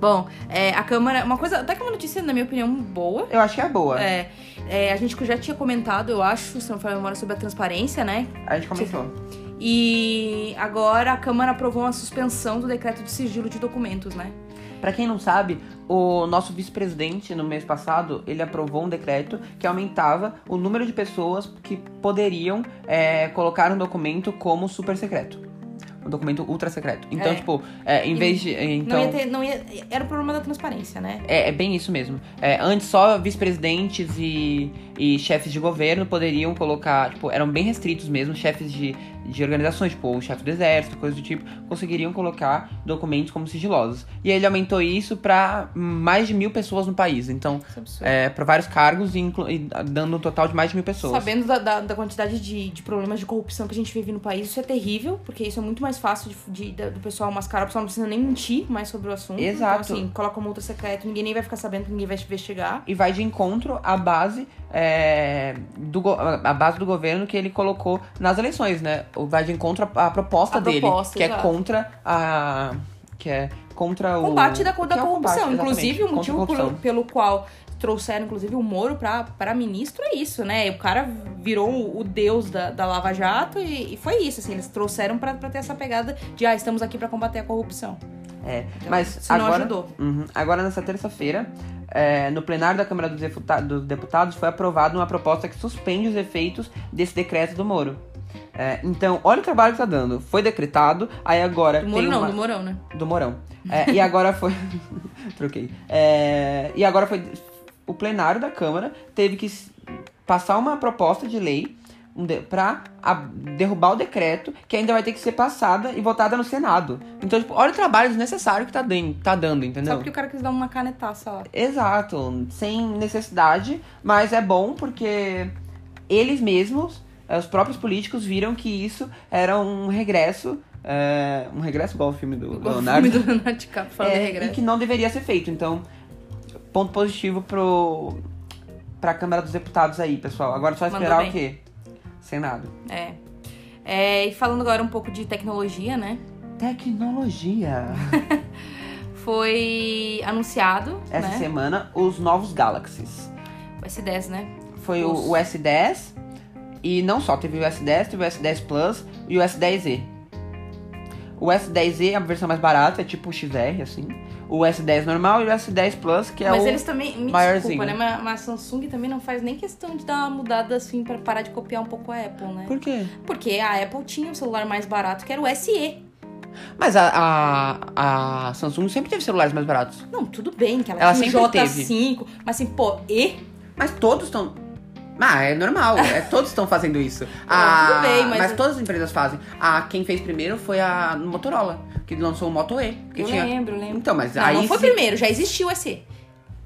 Speaker 2: Bom, é, a Câmara. Uma coisa, até que é uma notícia, na minha opinião, boa.
Speaker 1: eu acho que é boa.
Speaker 2: É, é, a gente já tinha comentado, eu acho, se não for a memória, sobre a transparência, né?
Speaker 1: A gente começou.
Speaker 2: E agora a Câmara aprovou uma suspensão do decreto de sigilo de documentos, né?
Speaker 1: Pra quem não sabe, o nosso vice-presidente, no mês passado, ele aprovou um decreto que aumentava o número de pessoas que poderiam é, colocar um documento como super secreto. um documento ultra secreto. Então,
Speaker 2: É.
Speaker 1: tipo, é, em
Speaker 2: E
Speaker 1: vez de. Então,
Speaker 2: Não ia ter, não ia, era o problema da transparência, né?
Speaker 1: É, é bem isso mesmo. É, antes, só vice-presidentes e, e chefes de governo poderiam colocar, tipo, eram bem restritos mesmo, chefes de, de organizações, tipo, o chefe do exército, coisa do tipo, conseguiriam colocar documentos como sigilosos. E ele aumentou isso pra mais de mil pessoas no país. Então,
Speaker 2: Isso é absurdo.
Speaker 1: é, pra vários cargos e, inclu- e dando um total de mais de mil pessoas.
Speaker 2: Sabendo da, da, da quantidade de, de problemas de corrupção que a gente vive no país, isso é terrível, porque isso é muito mais fácil de, de- da- do pessoal mascarar, o pessoal não precisa nem mentir mais sobre o assunto.
Speaker 1: Exato.
Speaker 2: Então, assim, coloca uma multa secreta, ninguém nem vai ficar sabendo, ninguém vai investigar.
Speaker 1: e vai de encontro à base é, do go- à base do governo que ele colocou nas eleições, né? Ou Vai de encontro à, à proposta
Speaker 2: À
Speaker 1: dele,
Speaker 2: proposta,
Speaker 1: que é
Speaker 2: exato.
Speaker 1: contra a que é contra o
Speaker 2: Combate da, da
Speaker 1: que é o
Speaker 2: corrupção.
Speaker 1: combate, exatamente,
Speaker 2: inclusive,
Speaker 1: contra
Speaker 2: o
Speaker 1: a
Speaker 2: motivo pelo,
Speaker 1: corrupção.
Speaker 2: pelo qual trouxeram, inclusive, o Moro pra, pra ministro é isso, né? O cara virou o, o deus da, da Lava Jato e, e foi isso, assim, eles trouxeram pra, pra ter essa pegada de, ah, estamos aqui pra combater a corrupção.
Speaker 1: É,
Speaker 2: Então,
Speaker 1: mas
Speaker 2: Isso não
Speaker 1: agora
Speaker 2: ajudou.
Speaker 1: Uhum. Agora, nessa terça-feira, é, no plenário da Câmara dos, Defuta- dos Deputados, foi aprovada uma proposta que suspende os efeitos desse decreto do Moro. É, então, olha o trabalho que tá dando. Foi decretado, aí agora
Speaker 2: Do
Speaker 1: tem
Speaker 2: Moro não,
Speaker 1: uma...
Speaker 2: do Morão, né?
Speaker 1: do Morão. É, e agora foi. [LAUGHS] Troquei. É, e agora foi. O plenário da Câmara teve que s- passar uma proposta de lei um de- pra a- derrubar o decreto, que ainda vai ter que ser passada e votada no Senado. Então, tipo, olha o trabalho desnecessário que tá, den- tá dando,
Speaker 2: Só
Speaker 1: entendeu?
Speaker 2: porque o cara quis dar uma canetaça lá.
Speaker 1: Exato, sem necessidade, mas é bom porque eles mesmos, eh, os próprios políticos, viram que isso era um regresso. eh, um regresso igual o filme do
Speaker 2: Igual [LAUGHS] o
Speaker 1: Leonardo.
Speaker 2: filme do Leonardo DiCaprio falando
Speaker 1: É,
Speaker 2: de
Speaker 1: e
Speaker 2: regresso.
Speaker 1: que não deveria ser feito. Então, ponto positivo pro pra Câmara dos Deputados aí, pessoal. Agora é só
Speaker 2: Mandou
Speaker 1: esperar
Speaker 2: bem.
Speaker 1: o quê? Senado.
Speaker 2: É. É, e falando agora um pouco de tecnologia, né? [LAUGHS]
Speaker 1: Tecnologia.
Speaker 2: Foi anunciado,
Speaker 1: Essa
Speaker 2: né?
Speaker 1: semana, os novos Galaxies.
Speaker 2: O S10, né?
Speaker 1: Foi o,
Speaker 2: Os-
Speaker 1: o S10 e não só, teve o S10, teve o S10 Plus e o S10e. O S10e é a versão mais barata, é tipo o XR, assim. O S10 normal e o S10 Plus, que é
Speaker 2: mas
Speaker 1: o...
Speaker 2: eles também. Me
Speaker 1: maiorzinho.
Speaker 2: desculpa, né? Mas, mas a Samsung também não faz nem questão de dar uma mudada assim pra parar de copiar um pouco a Apple, né?
Speaker 1: Por quê?
Speaker 2: Porque a Apple tinha um celular mais barato que era o SE.
Speaker 1: Mas a, a, a Samsung sempre teve celulares mais baratos.
Speaker 2: Não, tudo bem que ela,
Speaker 1: Ela
Speaker 2: tinha o
Speaker 1: sempre
Speaker 2: J5, mas assim, pô, E?
Speaker 1: Mas todos estão. Ah, é normal.
Speaker 2: [LAUGHS]
Speaker 1: É, todos estão fazendo isso.
Speaker 2: Ah,
Speaker 1: Ah,
Speaker 2: tudo bem, mas-
Speaker 1: todas as empresas fazem. Ah, quem fez primeiro foi a Motorola, que lançou o Moto E. Que
Speaker 2: Eu
Speaker 1: tinha...
Speaker 2: lembro, eu lembro.
Speaker 1: Então, mas
Speaker 2: Não,
Speaker 1: aí.
Speaker 2: não foi
Speaker 1: se-
Speaker 2: primeiro, já existia o SE.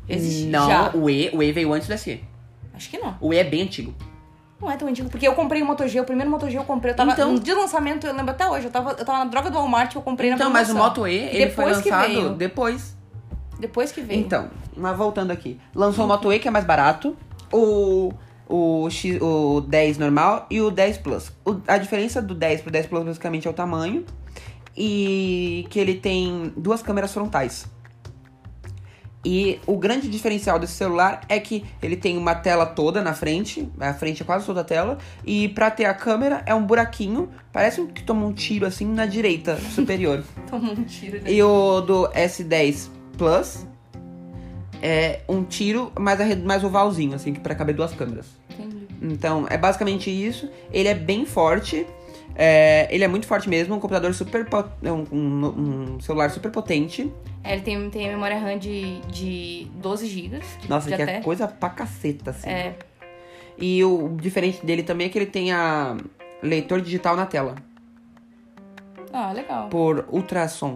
Speaker 2: Existia.
Speaker 1: Não,
Speaker 2: já.
Speaker 1: o E, o E veio antes do SE.
Speaker 2: Acho que não.
Speaker 1: O E é bem antigo.
Speaker 2: Não é tão antigo, porque eu comprei o Moto G, o primeiro Moto G eu comprei, eu tava
Speaker 1: Então-
Speaker 2: no dia do lançamento, eu lembro até hoje, eu tava, eu tava na droga do Walmart, eu comprei
Speaker 1: Então,
Speaker 2: na
Speaker 1: mas o
Speaker 2: promoção.
Speaker 1: Moto E, ele foi
Speaker 2: Depois que veio.
Speaker 1: lançado depois.
Speaker 2: Depois que veio.
Speaker 1: Então, mas voltando aqui. Lançou o Moto E, que é mais barato. O, o, X, o 10 normal e o 10 Plus. O- a diferença do 10 pro 10 Plus basicamente é o tamanho. E que ele tem duas câmeras frontais. E o grande diferencial desse celular é que ele tem uma tela toda na frente, a frente é quase toda a tela, e pra ter a câmera é um buraquinho, parece que toma um tiro assim na direita superior.
Speaker 2: Tomou um tiro. né?
Speaker 1: E o do S10 Plus é um tiro mais, arre- mais ovalzinho, assim, que pra caber duas câmeras.
Speaker 2: Entendi.
Speaker 1: Então, é basicamente isso. Ele é bem forte. é, ele é muito forte mesmo, um computador super po- um, um- um celular super potente.
Speaker 2: É, ele tem, tem a memória RAM de, de 12 GB. De,
Speaker 1: Nossa,
Speaker 2: de
Speaker 1: que
Speaker 2: até.
Speaker 1: é coisa pra caceta, assim.
Speaker 2: É,
Speaker 1: E o diferente dele também é que ele tem a leitor digital na tela.
Speaker 2: ah, legal.
Speaker 1: Por ultrassom.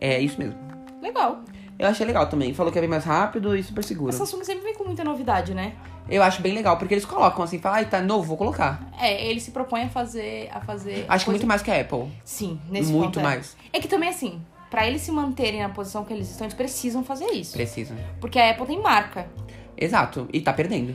Speaker 1: É isso mesmo.
Speaker 2: Legal.
Speaker 1: Eu achei legal também. Falou que é bem mais rápido e super seguro.
Speaker 2: A Samsung sempre vem com muita novidade, né?
Speaker 1: Eu acho bem legal, porque eles colocam assim, falam, ai, tá novo, vou colocar.
Speaker 2: É, ele se propõe a fazer. A fazer
Speaker 1: Acho que
Speaker 2: coisa-
Speaker 1: muito mais que a Apple.
Speaker 2: Sim, nesse
Speaker 1: muito
Speaker 2: ponto é.
Speaker 1: mais.
Speaker 2: É que também, assim, pra eles se manterem na posição que eles estão, eles precisam fazer isso.
Speaker 1: Precisa.
Speaker 2: Porque a Apple tem marca.
Speaker 1: Exato. E tá perdendo.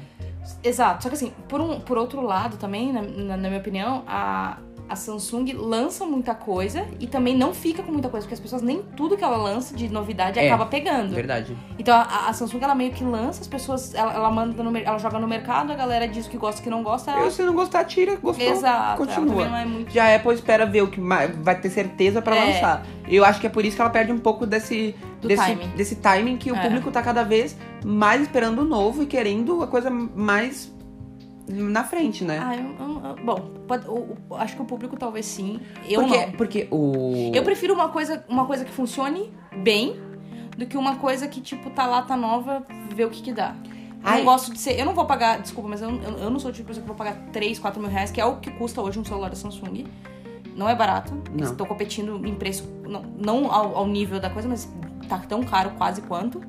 Speaker 2: Exato. Só que assim, por, um, por outro lado também, na, na- na minha opinião, a, a Samsung lança muita coisa e também não fica com muita coisa, porque as pessoas nem tudo que ela lança de novidade
Speaker 1: É.
Speaker 2: acaba pegando.
Speaker 1: Verdade.
Speaker 2: Então a, a Samsung ela meio que lança, as pessoas, ela, ela manda no mer- ela joga no mercado, a galera diz o que gosta, o que não gosta, ela...
Speaker 1: Eu, se não gostar, tira. Gostou,
Speaker 2: Exato. ela
Speaker 1: continua.
Speaker 2: também não é muito-
Speaker 1: Já a Apple espera ver o que ma- vai ter certeza pra
Speaker 2: É.
Speaker 1: lançar. E eu acho que é por isso que ela perde um pouco desse,
Speaker 2: Do
Speaker 1: desse,
Speaker 2: timing.
Speaker 1: desse timing que o
Speaker 2: É.
Speaker 1: público tá cada vez mais esperando o novo e querendo a coisa mais na frente, né?
Speaker 2: Ah, eu, eu- eu- bom, pode- o- o- acho que o público talvez sim. Eu
Speaker 1: porque,
Speaker 2: não.
Speaker 1: porque o.
Speaker 2: Eu prefiro uma coisa, uma coisa que funcione bem do que uma coisa que, tipo, tá lá, tá nova, vê o que que dá. Eu
Speaker 1: Ai.
Speaker 2: não gosto de ser. Eu não vou pagar, desculpa, mas eu, eu, eu não sou o tipo de pessoa que vou pagar 3, 4 mil reais, que é o que custa hoje um celular da Samsung. Não é barato.
Speaker 1: Não.
Speaker 2: Estou competindo em preço, não, não ao, ao nível da coisa, mas tá tão caro quase quanto.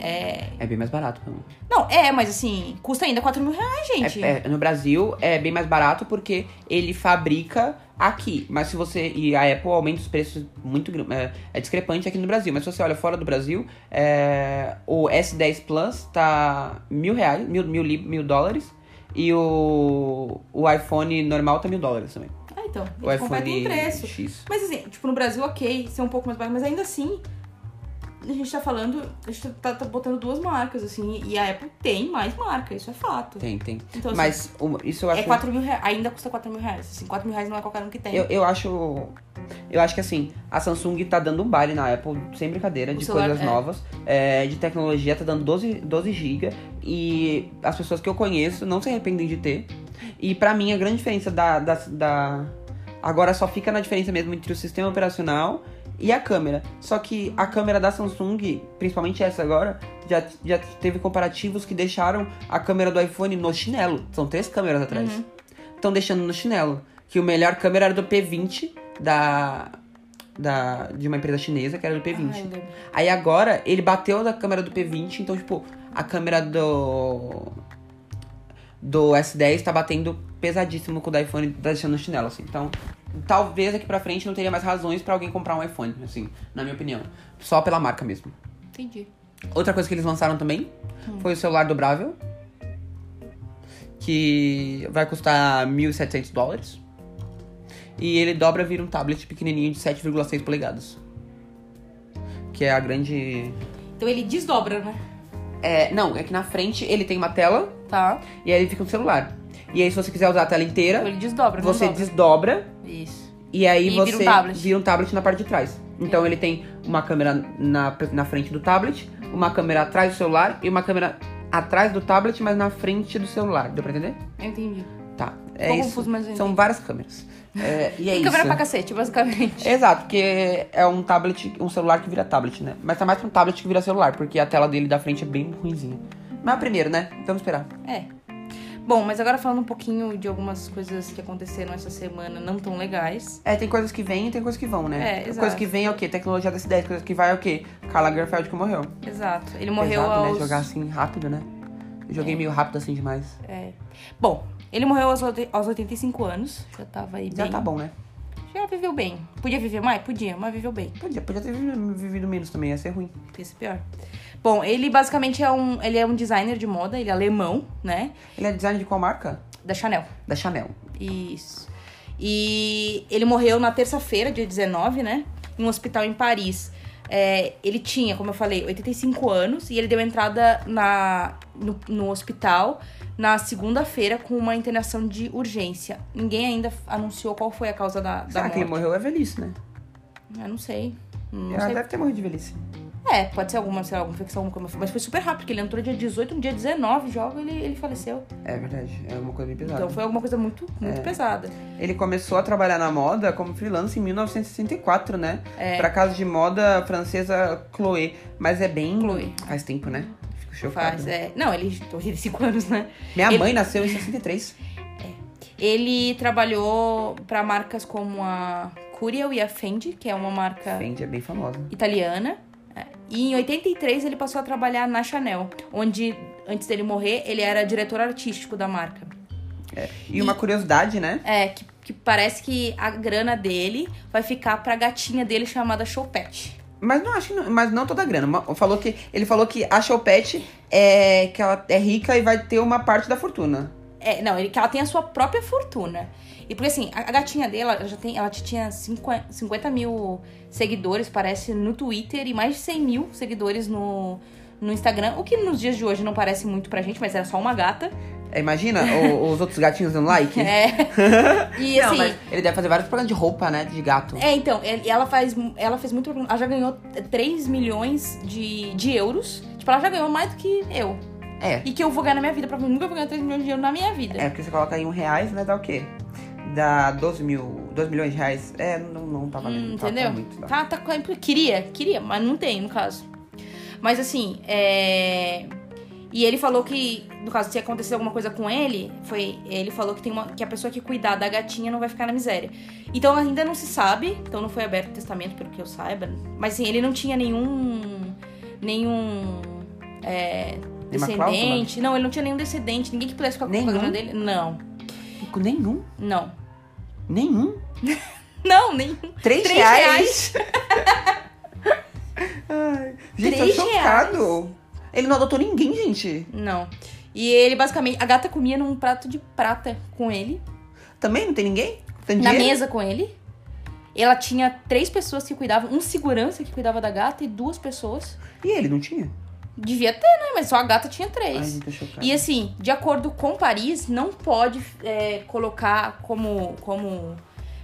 Speaker 2: É...
Speaker 1: É bem mais barato, pelo menos.
Speaker 2: Não, é, mas assim, custa ainda 4 mil reais, gente.
Speaker 1: É- é, no Brasil é bem mais barato porque ele fabrica aqui. Mas se você. E a Apple aumenta os preços muito. gr- É, é discrepante aqui no Brasil. Mas se você olha fora do Brasil, é, o S10 Plus tá mil reais, mil, mil, lib- mil dólares. E o, o iPhone normal tá mil dólares também.
Speaker 2: Ah, então.
Speaker 1: O
Speaker 2: Eles competem
Speaker 1: iPhone
Speaker 2: em preço.
Speaker 1: X.
Speaker 2: Mas assim, tipo, no Brasil, ok, ser um pouco mais barato, mas ainda assim, a gente tá falando, a gente tá, tá botando duas marcas, assim, e a Apple tem mais marca, isso é fato.
Speaker 1: Tem, tem.
Speaker 2: Então, assim,
Speaker 1: Mas o- isso eu acho.
Speaker 2: é 4 mil reais, ainda custa 4 mil reais, assim, 4 mil reais não é qualquer um que tem.
Speaker 1: Eu, eu acho. Eu acho que assim, a Samsung tá dando um baile na Apple, sem brincadeira,
Speaker 2: O
Speaker 1: de
Speaker 2: celular,
Speaker 1: coisas
Speaker 2: é.
Speaker 1: novas, é, de tecnologia, tá dando 12, 12 GB e as pessoas que eu conheço não se arrependem de ter. E pra mim a grande diferença da, da, da- Agora só fica na diferença mesmo entre o sistema operacional e a câmera. Só que a câmera da Samsung, principalmente essa agora, já, já teve comparativos que deixaram a câmera do iPhone no chinelo. São três câmeras atrás
Speaker 2: Uhum.
Speaker 1: estão deixando no chinelo. Que o melhor câmera era do P20 da, da de uma empresa chinesa, que era do
Speaker 2: Ah, eu
Speaker 1: P20.
Speaker 2: lembro.
Speaker 1: Aí agora ele bateu da câmera do P20, então tipo, a câmera do do S10 tá batendo pesadíssimo com o do iPhone, tá deixando no chinelo assim. Então, talvez aqui pra frente não teria mais razões pra alguém comprar um iPhone, assim, na minha opinião, só pela marca mesmo.
Speaker 2: Entendi.
Speaker 1: Outra coisa que eles lançaram também foi o celular dobrável. Que vai custar 1.700 dólares. E ele dobra vira um tablet pequenininho de 7,6 polegadas. Que é a grande...
Speaker 2: Então ele desdobra, né?
Speaker 1: É, não, é que na frente ele tem uma tela
Speaker 2: Tá.
Speaker 1: e aí ele fica um celular. E aí se você quiser usar a tela
Speaker 2: Então
Speaker 1: inteira,
Speaker 2: ele desdobra, não
Speaker 1: você
Speaker 2: dobra.
Speaker 1: desdobra
Speaker 2: Isso.
Speaker 1: E aí
Speaker 2: E vira
Speaker 1: você
Speaker 2: um tablet.
Speaker 1: vira um tablet na parte de trás. Então ele tem uma câmera na, na frente do tablet, uma câmera atrás do celular e uma câmera atrás do tablet, mas na frente do celular. Deu pra entender?
Speaker 2: Eu entendi.
Speaker 1: Tá. É
Speaker 2: Ficou
Speaker 1: isso.
Speaker 2: confuso, mas eu
Speaker 1: São várias câmeras. É, e é
Speaker 2: Tem
Speaker 1: isso.
Speaker 2: câmera pra cacete, basicamente.
Speaker 1: Exato, porque é um tablet, um celular que vira tablet, né? Mas tá mais pra um tablet que vira celular, porque a tela dele da frente é bem ruimzinha. Mas primeiro, né? Vamos esperar.
Speaker 2: É. Bom, mas agora falando um pouquinho de algumas coisas que aconteceram essa semana não tão legais.
Speaker 1: É, tem coisas que vêm e tem coisas que vão, né?
Speaker 2: É,
Speaker 1: Coisas
Speaker 2: exato.
Speaker 1: que vêm é o quê? Tecnologia da cidade. Coisas que vai é o quê? Carla Garfeld que morreu.
Speaker 2: Exato. Ele morreu
Speaker 1: Pesado,
Speaker 2: aos...
Speaker 1: né? Jogar assim rápido, né? Eu joguei meio rápido assim demais.
Speaker 2: É. Bom, ele morreu aos, oit- aos 85 anos. Já tava aí
Speaker 1: Já
Speaker 2: bem.
Speaker 1: tá bom, né?
Speaker 2: Já viveu bem. Podia viver mais? Podia, mas viveu bem.
Speaker 1: Podia, podia ter vivido vivido menos também, ia ser ruim.
Speaker 2: Podia ser pior. Bom, ele basicamente é um, ele é um designer de moda, ele é alemão, né?
Speaker 1: Ele é design de qual marca?
Speaker 2: Da Chanel.
Speaker 1: Da Chanel.
Speaker 2: Isso. E ele morreu na terça-feira, dia 19, né? Em um hospital em Paris. É, ele tinha, como eu falei, 85 anos e ele deu entrada na, no, no hospital na segunda-feira com uma internação de urgência. Ninguém ainda anunciou qual foi a causa da, da
Speaker 1: Será que
Speaker 2: morte.
Speaker 1: ele morreu é velhice, né?
Speaker 2: Eu não sei. Não
Speaker 1: Ela
Speaker 2: sei.
Speaker 1: deve ter morrido de velhice.
Speaker 2: É, pode ser alguma, sei lá, alguma infecção, alguma coisa. Mas foi super rápido, porque ele entrou dia 18, no dia 19 joga ele, ele faleceu.
Speaker 1: É verdade, é uma coisa bem pesada.
Speaker 2: Então foi alguma coisa muito,
Speaker 1: É.
Speaker 2: muito pesada.
Speaker 1: Ele começou a trabalhar na moda como freelance em 1964, né?
Speaker 2: É.
Speaker 1: Pra casa de moda francesa Chloé. Mas é bem...
Speaker 2: Chloé.
Speaker 1: Faz tempo, né? Fico chocado.
Speaker 2: Faz, é. Não, ele. 85 [LAUGHS] anos, né?
Speaker 1: Minha
Speaker 2: Ele-
Speaker 1: mãe nasceu em 63.
Speaker 2: Ele trabalhou pra marcas como a Curiel e a Fendi, que [LAUGHS] é uma marca
Speaker 1: Fendi é bem famosa.
Speaker 2: italiana. É. E em 83 ele passou a trabalhar na Chanel, onde antes dele morrer ele era diretor artístico da marca.
Speaker 1: E uma curiosidade, né?
Speaker 2: É, que, que parece que a grana dele vai ficar pra gatinha dele chamada Chopette.
Speaker 1: Mas não acho que não, mas não toda a grana. Uma- Falou que, ele falou que a Chopette é que ela é rica e vai ter uma parte da fortuna.
Speaker 2: É, não, ele, que ela tem a sua própria fortuna. E porque assim, a, a gatinha dela ela já tem, ela tinha 50, 50 mil seguidores, parece, no Twitter e mais de 100 mil seguidores no, no Instagram. O que nos dias de hoje não parece muito pra gente, mas era só
Speaker 1: [LAUGHS]
Speaker 2: uma gata.
Speaker 1: É, imagina
Speaker 2: [LAUGHS]
Speaker 1: o- os outros gatinhos dando like.
Speaker 2: É. E
Speaker 1: Não,
Speaker 2: assim.
Speaker 1: mas ele deve fazer vários programas de roupa, né? De gato.
Speaker 2: É, então, e ela faz. Ela fez muito. Ela já ganhou 3 milhões de, de euros. Tipo, ela já ganhou mais do que eu.
Speaker 1: É.
Speaker 2: E que eu vou ganhar na minha vida, provavelmente nunca vou ganhar 3 milhões de dinheiro na minha vida.
Speaker 1: É, porque você coloca aí um reais, né? Dá o quê? Dá 12 mil. 12 milhões de reais. É, não, não tá valendo.
Speaker 2: Hum,
Speaker 1: tá- tá
Speaker 2: entendeu?
Speaker 1: muito, tá.
Speaker 2: Tá, tá, com- queria, queria, mas não tem, no caso. Mas assim, é... E ele falou que, no caso, se acontecer alguma coisa com ele, foi ele falou que, tem uma, que a pessoa que cuidar da gatinha não vai ficar na miséria. Então ainda não se sabe, então não foi aberto o testamento, pelo que eu saiba. Mas assim, ele não tinha nenhum. nenhum. é,
Speaker 1: Nenhuma
Speaker 2: descendente. Não, ele não tinha nenhum descendente, ninguém que pudesse ficar com a
Speaker 1: Nenhum?
Speaker 2: grana dele. Não,
Speaker 1: Com Nenhum.
Speaker 2: não.
Speaker 1: Nenhum.
Speaker 2: Não, nem.
Speaker 1: Três,
Speaker 2: Três
Speaker 1: reais. [LAUGHS] Ai, gente,
Speaker 2: Três
Speaker 1: tô chocado. Ele não adotou ninguém, gente.
Speaker 2: Não. E ele basicamente. A gata comia num prato de prata com ele,
Speaker 1: Também não tem ninguém? Tem
Speaker 2: na
Speaker 1: dinheiro?
Speaker 2: mesa com ele. Ela tinha três pessoas que cuidavam, um segurança que cuidava da gata e duas pessoas.
Speaker 1: E ele não tinha?
Speaker 2: Devia ter, né? Mas só a gata tinha
Speaker 1: Ai,
Speaker 2: três.
Speaker 1: gente, tô chocado.
Speaker 2: E assim, de acordo com Paris, não pode é, colocar como, como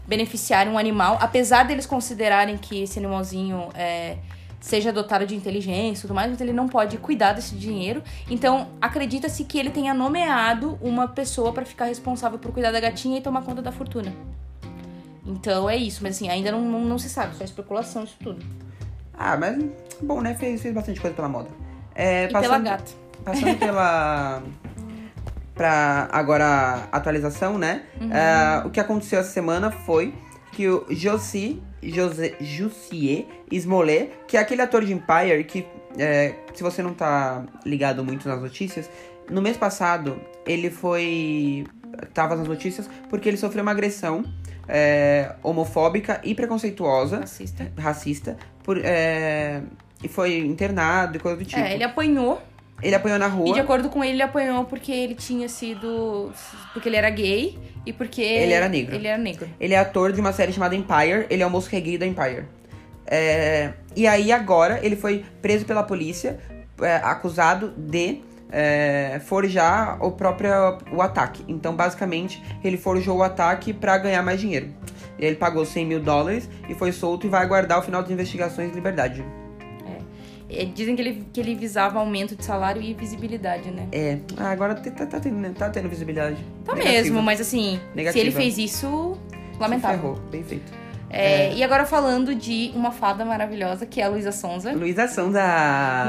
Speaker 2: beneficiário um animal, apesar deles considerarem que esse animalzinho é, seja dotado de inteligência e tudo mais, mas ele não pode cuidar desse dinheiro. Então, acredita-se que ele tenha nomeado uma pessoa pra ficar responsável por cuidar da gatinha e tomar conta da fortuna. Então é isso, mas assim, ainda não, não, não se sabe, só é especulação isso tudo.
Speaker 1: Ah, mas bom, né? Fez, fez bastante coisa pela moda. É,
Speaker 2: e pela
Speaker 1: passando,
Speaker 2: gata.
Speaker 1: passando pela. pra agora a atualização, né?
Speaker 2: Uhum.
Speaker 1: Ah, o que aconteceu essa semana foi que o Josi, José, Jussier Smollett, que é aquele ator de Empire que, é, se você não tá ligado muito nas notícias, no mês passado ele foi. tava nas notícias porque ele sofreu uma agressão é, homofóbica e preconceituosa
Speaker 2: Racista.
Speaker 1: racista por, é, e foi internado e coisa do tipo.
Speaker 2: É, ele
Speaker 1: ele...
Speaker 2: apanhou
Speaker 1: apanhou na
Speaker 2: E de
Speaker 1: rua,
Speaker 2: acordo com ele, ele apanhou porque ele tinha sido. Porque ele era gay e porque.
Speaker 1: Ele era negro.
Speaker 2: Ele era negro.
Speaker 1: ele é ator de uma série chamada Empire, ele é o moço que é gay da Empire. É, e aí agora ele foi preso pela polícia, é, acusado de é, forjar o próprio o ataque. Então, basicamente, ele forjou o ataque pra ganhar mais dinheiro. Ele pagou 100 mil dólares e foi solto e vai aguardar o final das investigações em liberdade.
Speaker 2: É, dizem que ele, que ele visava aumento de salário e visibilidade, né?
Speaker 1: É, ah, agora tá, tá- tá tendo, né? Tá tendo visibilidade.
Speaker 2: Tá
Speaker 1: Negativa.
Speaker 2: mesmo, mas assim, se
Speaker 1: Negativa.
Speaker 2: ele fez isso,
Speaker 1: Se
Speaker 2: lamentável.
Speaker 1: Ferrou, bem feito.
Speaker 2: É, E agora falando de uma fada maravilhosa, que é a Luísa Sonza.
Speaker 1: Luísa Sonza.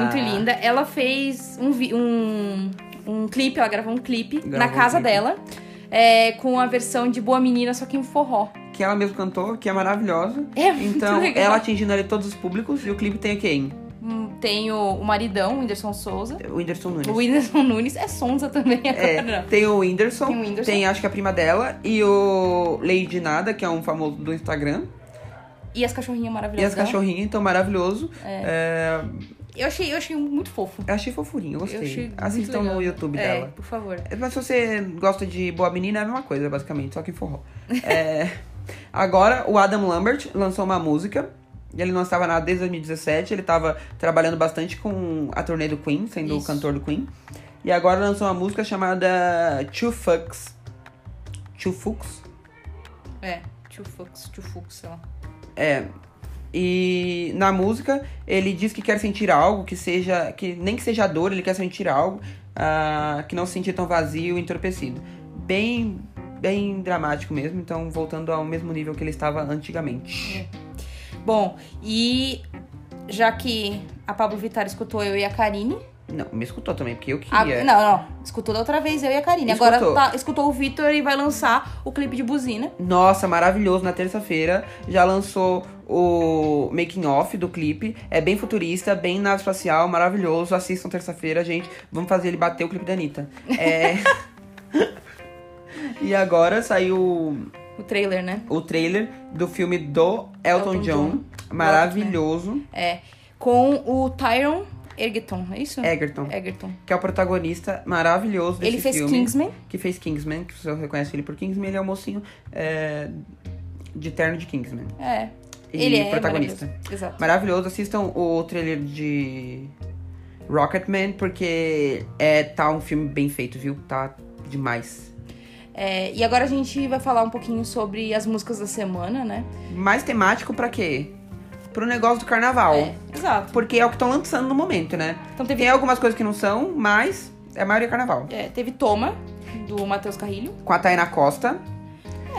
Speaker 2: Muito linda. Ela fez um, vi- um, um clipe, ela gravou um clipe
Speaker 1: Gravou
Speaker 2: na
Speaker 1: um
Speaker 2: casa
Speaker 1: clipe.
Speaker 2: dela. é, com a versão de Boa Menina, só que em forró.
Speaker 1: Que ela mesma cantou, que é maravilhosa.
Speaker 2: É
Speaker 1: Então,
Speaker 2: [LAUGHS] muito legal.
Speaker 1: ela atingindo ali todos os públicos. E o clipe tem quem?
Speaker 2: Hum, Tem o, o maridão, o Whindersson Souza.
Speaker 1: O Whindersson Nunes.
Speaker 2: O Whindersson Nunes é Sonza também,
Speaker 1: É,
Speaker 2: agora não.
Speaker 1: tem o Whindersson,
Speaker 2: Tem o Whindersson.
Speaker 1: tem acho que a prima dela, e o Lady Nada, que é um famoso do Instagram.
Speaker 2: E as cachorrinhas
Speaker 1: E
Speaker 2: maravilhosas.
Speaker 1: as
Speaker 2: dela.
Speaker 1: cachorrinhas, então maravilhoso.
Speaker 2: Eu achei, eu achei um muito fofo.
Speaker 1: Eu achei fofurinho, eu
Speaker 2: Eu achei
Speaker 1: gostei.
Speaker 2: muito
Speaker 1: Assistam
Speaker 2: legal.
Speaker 1: no YouTube
Speaker 2: é,
Speaker 1: dela.
Speaker 2: por favor.
Speaker 1: Mas se você gosta de Boa Menina, é a mesma coisa, basicamente, só que forró. É, Agora, o Adam Lambert lançou uma música. Ele não estava nada desde 2017. Ele estava trabalhando bastante com a turnê do Queen, sendo o
Speaker 2: Isso.
Speaker 1: cantor do Queen. E agora lançou uma música chamada Two Fucks. Two Fucks?
Speaker 2: É, tio Fux, tio Fux, sei lá.
Speaker 1: E na música ele diz que quer sentir algo que seja, que nem que seja dor, ele quer sentir algo ah, que não se sentir tão vazio e entorpecido. Bem, bem dramático mesmo, então voltando ao mesmo nível que ele estava antigamente.
Speaker 2: Bom, e já que a Pablo Vittar escutou eu e a Karine.
Speaker 1: Não, me escutou também, porque eu
Speaker 2: a-
Speaker 1: queria.
Speaker 2: não, não. Escutou da outra vez eu e a Karine. Agora
Speaker 1: é? Escutou.
Speaker 2: tá- escutou o Vitor e vai lançar o clipe de buzina.
Speaker 1: Nossa, maravilhoso. Na terça-feira já lançou o making off do clipe. É bem futurista, bem nave espacial, maravilhoso. Assistam terça-feira, gente. Vamos fazer ele bater o clipe da Anitta. É. [LAUGHS] e agora saiu
Speaker 2: O trailer, né?
Speaker 1: o trailer do filme do Elton,
Speaker 2: Elton
Speaker 1: John.
Speaker 2: John.
Speaker 1: Maravilhoso.
Speaker 2: Com o Tyron Egerton, é isso?
Speaker 1: Egerton,
Speaker 2: Egerton.
Speaker 1: que é o protagonista maravilhoso desse
Speaker 2: Ele fez
Speaker 1: filme.
Speaker 2: Kingsman.
Speaker 1: Que fez Kingsman, que você reconhece ele por Kingsman. Ele é o mocinho é, de terno de Kingsman.
Speaker 2: É.
Speaker 1: E
Speaker 2: ele é
Speaker 1: protagonista.
Speaker 2: maravilhoso. Exato.
Speaker 1: Maravilhoso, assistam o trailer de Rocketman, porque é, tá um filme bem feito, viu? Tá demais.
Speaker 2: É, e agora a gente vai falar um pouquinho sobre as músicas da semana, né?
Speaker 1: Mais temático pra quê? Pro negócio do carnaval.
Speaker 2: É, exato.
Speaker 1: Porque é o que estão lançando no momento, né?
Speaker 2: Então teve
Speaker 1: Tem algumas coisas que não são, mas É a maioria é carnaval.
Speaker 2: É, teve Toma, do Matheus Carrilho.
Speaker 1: Com a Taina Costa,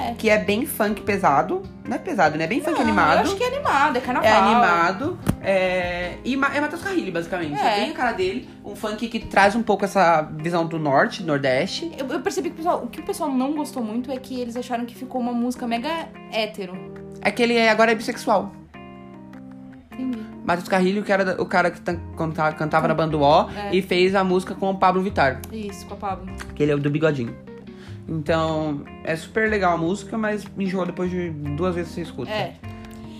Speaker 2: É.
Speaker 1: que é bem funk pesado. Não é pesado, né? É bem funk
Speaker 2: Não, Eu
Speaker 1: animado.
Speaker 2: acho que é animado, é carnaval.
Speaker 1: É animado. É... E ma- é Matheus Carrilho, basicamente.
Speaker 2: É.
Speaker 1: É. bem a cara dele. Um funk que traz um pouco essa visão do norte, nordeste.
Speaker 2: Eu, eu percebi que o, pessoal, o que o pessoal não gostou muito é que eles acharam que ficou uma música mega hétero.
Speaker 1: É que ele é- agora é bissexual.
Speaker 2: Entendi.
Speaker 1: Matheus Carrilho, que era da- o cara que tan- canta- cantava na banda UO
Speaker 2: É.
Speaker 1: e fez a música com o Pablo Vittar,
Speaker 2: Isso, com a Pablo.
Speaker 1: que ele é o do Bigodinho. Então, é super legal a música, mas enjoa depois de duas vezes que você escuta.
Speaker 2: É.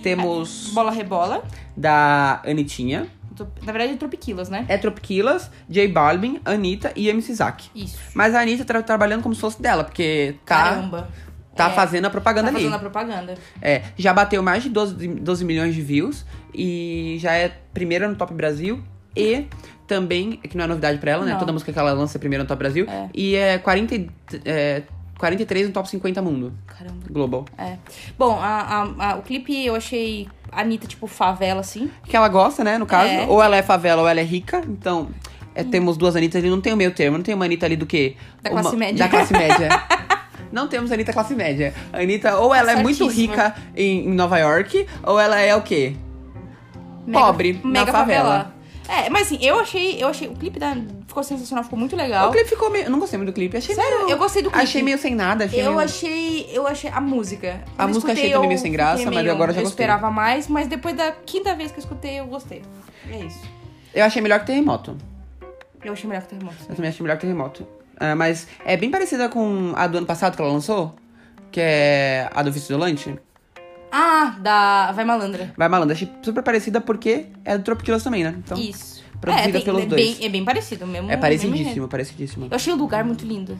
Speaker 1: Temos
Speaker 2: Bola Rebola.
Speaker 1: da Anitinha,
Speaker 2: Trop- Na verdade é Tropiquilas, né?
Speaker 1: é Tropiquilas, J Balvin, Anitta e MC Zack.
Speaker 2: Isso.
Speaker 1: Mas a Anitta tá trabalhando como se fosse dela, porque tá,
Speaker 2: Caramba.
Speaker 1: tá
Speaker 2: É,
Speaker 1: fazendo a propaganda
Speaker 2: tá
Speaker 1: ali.
Speaker 2: fazendo a propaganda.
Speaker 1: É, já bateu mais de 12, 12 milhões de views e já é primeira no Top Brasil e também, que não é novidade pra ela, né?
Speaker 2: Não.
Speaker 1: Toda música que ela lança é primeira no Top Brasil
Speaker 2: É.
Speaker 1: e é, 40, e- é 43 no Top 50 mundo,
Speaker 2: Caramba.
Speaker 1: global.
Speaker 2: É. Bom, a- a- a- o clipe eu achei a Anitta, tipo, favela, assim.
Speaker 1: Que ela gosta, né, no caso,
Speaker 2: É.
Speaker 1: ou ela é favela ou ela é rica, então... é, temos duas Anitas ali, não tem o meio termo, não tem uma Anitta ali do quê?
Speaker 2: Da
Speaker 1: Uma-
Speaker 2: classe média.
Speaker 1: Da classe
Speaker 2: [LAUGHS]
Speaker 1: média. não temos Anitta classe média. Anitta, ou ela é muito
Speaker 2: Tá Certíssima.
Speaker 1: rica em, em Nova York, ou ela é o quê?
Speaker 2: Mega-
Speaker 1: Pobre, na favela.
Speaker 2: É, mas assim, eu achei, eu achei. O clipe da, ficou sensacional, ficou muito legal.
Speaker 1: O clipe ficou meio. Eu não gostei muito do clipe. Achei
Speaker 2: Sério,
Speaker 1: meio.
Speaker 2: eu gostei do clipe.
Speaker 1: Achei meio sem nada. Achei
Speaker 2: Eu
Speaker 1: meio-
Speaker 2: achei, eu achei a música.
Speaker 1: A
Speaker 2: Eu
Speaker 1: música
Speaker 2: escutei,
Speaker 1: achei também meio
Speaker 2: eu
Speaker 1: sem graça,
Speaker 2: fiquei
Speaker 1: mas agora eu já
Speaker 2: Eu
Speaker 1: gostei.
Speaker 2: esperava mais, mas depois da quinta vez que eu escutei, eu gostei. É isso.
Speaker 1: eu achei melhor que Terremoto.
Speaker 2: Eu achei melhor que o Terremoto.
Speaker 1: Eu também achei melhor que Terremoto. Ah, mas é bem parecida com a do ano passado que ela lançou, que é a do Vício Isolante.
Speaker 2: Ah, da Vai Malandra.
Speaker 1: Vai malandro, achei super parecida porque é do Tropiquilas também, né? Então,
Speaker 2: isso.
Speaker 1: produzida
Speaker 2: é, tem-
Speaker 1: pelos
Speaker 2: é
Speaker 1: dois.
Speaker 2: Bem, é bem parecido mesmo.
Speaker 1: é
Speaker 2: mesmo jeito.
Speaker 1: parecidíssimo, Assim. parecidíssimo.
Speaker 2: Eu achei o lugar muito lindo.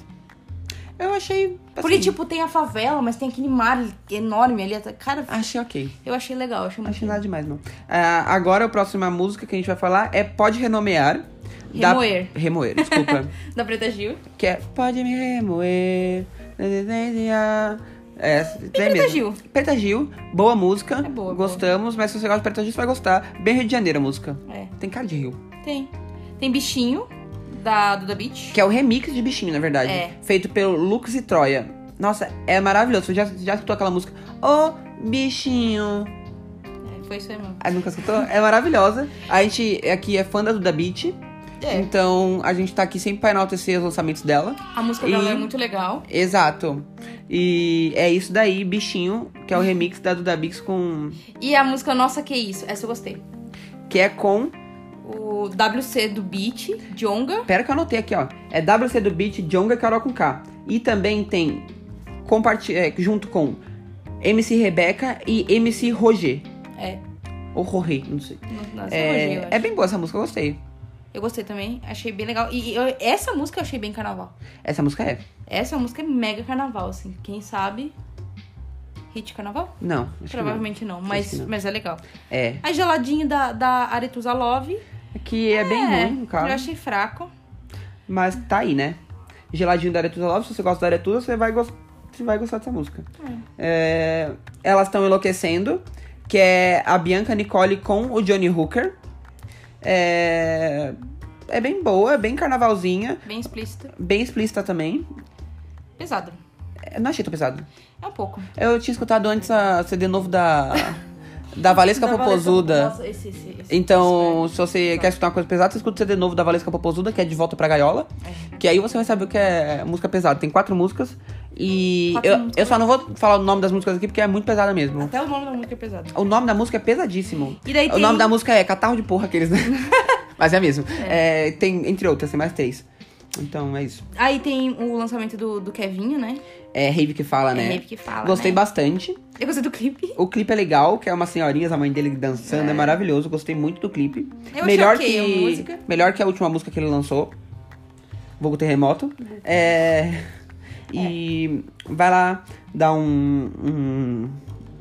Speaker 1: Eu achei. Assim,
Speaker 2: Porque, tipo, tem a favela, mas tem aquele mar enorme ali. atrás. Cara,
Speaker 1: Achei ok.
Speaker 2: eu achei legal. eu Achei
Speaker 1: Não
Speaker 2: muito
Speaker 1: achei
Speaker 2: legal.
Speaker 1: nada demais, não. Ah, agora a próxima música que a gente vai falar é Pode Renomear. da-
Speaker 2: Remoer.
Speaker 1: Remoer,
Speaker 2: [LAUGHS]
Speaker 1: desculpa.
Speaker 2: Da Preta Gil.
Speaker 1: Que é Pode me remoer. É, é
Speaker 2: Preta
Speaker 1: mesmo.
Speaker 2: Gil.
Speaker 1: Preta Gil, boa música.
Speaker 2: É boa,
Speaker 1: gostamos, mas se você gosta de Preta Gil, você vai gostar. Bem Rio de Janeiro a música.
Speaker 2: É,
Speaker 1: Tem cara de Rio.
Speaker 2: tem. Tem Bichinho, da Duda Beach.
Speaker 1: Que é o remix de bichinho, na verdade.
Speaker 2: É.
Speaker 1: Feito pelo Lucas e Troia. Nossa, é maravilhoso. Você já, já escutou aquela música? Ô, bichinho.
Speaker 2: É, foi isso aí mesmo.
Speaker 1: Ah, nunca escutou? É maravilhosa. A gente aqui é fã da Duda Beat.
Speaker 2: É.
Speaker 1: Então a gente tá aqui sempre pra enaltecer os lançamentos dela.
Speaker 2: A música dela
Speaker 1: E-
Speaker 2: é muito legal.
Speaker 1: Exato. E é isso daí, Bichinho, que é o remix da Duda Bix com.
Speaker 2: E a música Nossa Que é Isso, essa eu gostei.
Speaker 1: Que é com.
Speaker 2: O WC do Beat, Jonga.
Speaker 1: Pera que eu anotei aqui, ó. É WC do Beat, Jonga e Carol com K. E também tem. Comparti... é, junto com MC Rebeca e MC Roger.
Speaker 2: É.
Speaker 1: Ou Roger, não sei.
Speaker 2: no- nas
Speaker 1: É,
Speaker 2: elogios, eu,
Speaker 1: é
Speaker 2: acho.
Speaker 1: bem boa essa música, eu gostei.
Speaker 2: eu gostei também, achei bem legal. E eu- essa música eu achei bem carnaval.
Speaker 1: Essa música é.
Speaker 2: Essa música é mega carnaval, assim. Quem sabe. Hit carnaval?
Speaker 1: Não, acho que não.
Speaker 2: Provavelmente não, mas,
Speaker 1: que não.
Speaker 2: mas é legal.
Speaker 1: É.
Speaker 2: A geladinha da, da Aretusa Love.
Speaker 1: Que é bem
Speaker 2: é,
Speaker 1: ruim, cara.
Speaker 2: Eu achei fraco.
Speaker 1: Mas tá aí, né? Geladinho da Aretusa Lopes, se você gosta da Aretusa, você vai, gos- você vai gostar dessa música. É, Elas estão enlouquecendo, que é a Bianca Nicole com o Johnny Hooker. É, é bem boa, é bem carnavalzinha,
Speaker 2: Bem explícito.
Speaker 1: bem explícita também.
Speaker 2: Pesado.
Speaker 1: É, Não achei tão pesado.
Speaker 2: É um pouco.
Speaker 1: Eu tinha escutado antes a CD novo [LAUGHS] da, da Valesca Popozuda.
Speaker 2: Nossa, esse, esse, é esse-
Speaker 1: Então, se você quer escutar uma coisa pesada, você escuta o CD novo da Valesca Popozuda, que é De Volta Pra Gaiola. Que aí você vai saber o que é música pesada. Tem quatro músicas. E
Speaker 2: Quatro
Speaker 1: eu,
Speaker 2: músicas.
Speaker 1: eu só não vou falar o nome das músicas aqui, porque é muito pesada mesmo.
Speaker 2: Até o nome da música é pesado.
Speaker 1: O nome da música é pesadíssimo.
Speaker 2: E daí
Speaker 1: o
Speaker 2: tem-
Speaker 1: nome da música é Catarro de Porra, aqueles,
Speaker 2: [LAUGHS]
Speaker 1: né? Mas é mesmo. É, tem, entre outras, tem mais três. Então, é isso.
Speaker 2: Aí tem o lançamento do, do Kevinho, né?
Speaker 1: É Rave que fala, né?
Speaker 2: É Rave que fala,
Speaker 1: Gostei
Speaker 2: né?
Speaker 1: bastante.
Speaker 2: Eu gostei do clipe.
Speaker 1: O clipe é legal, que é umas senhorinhas, a mãe dele dançando, é, maravilhoso. Gostei muito do clipe.
Speaker 2: Eu achei
Speaker 1: melhor
Speaker 2: ok
Speaker 1: que
Speaker 2: a música.
Speaker 1: melhor que a última música que ele lançou, Vulgo Terremoto. É, E
Speaker 2: É.
Speaker 1: vai lá dar um, um-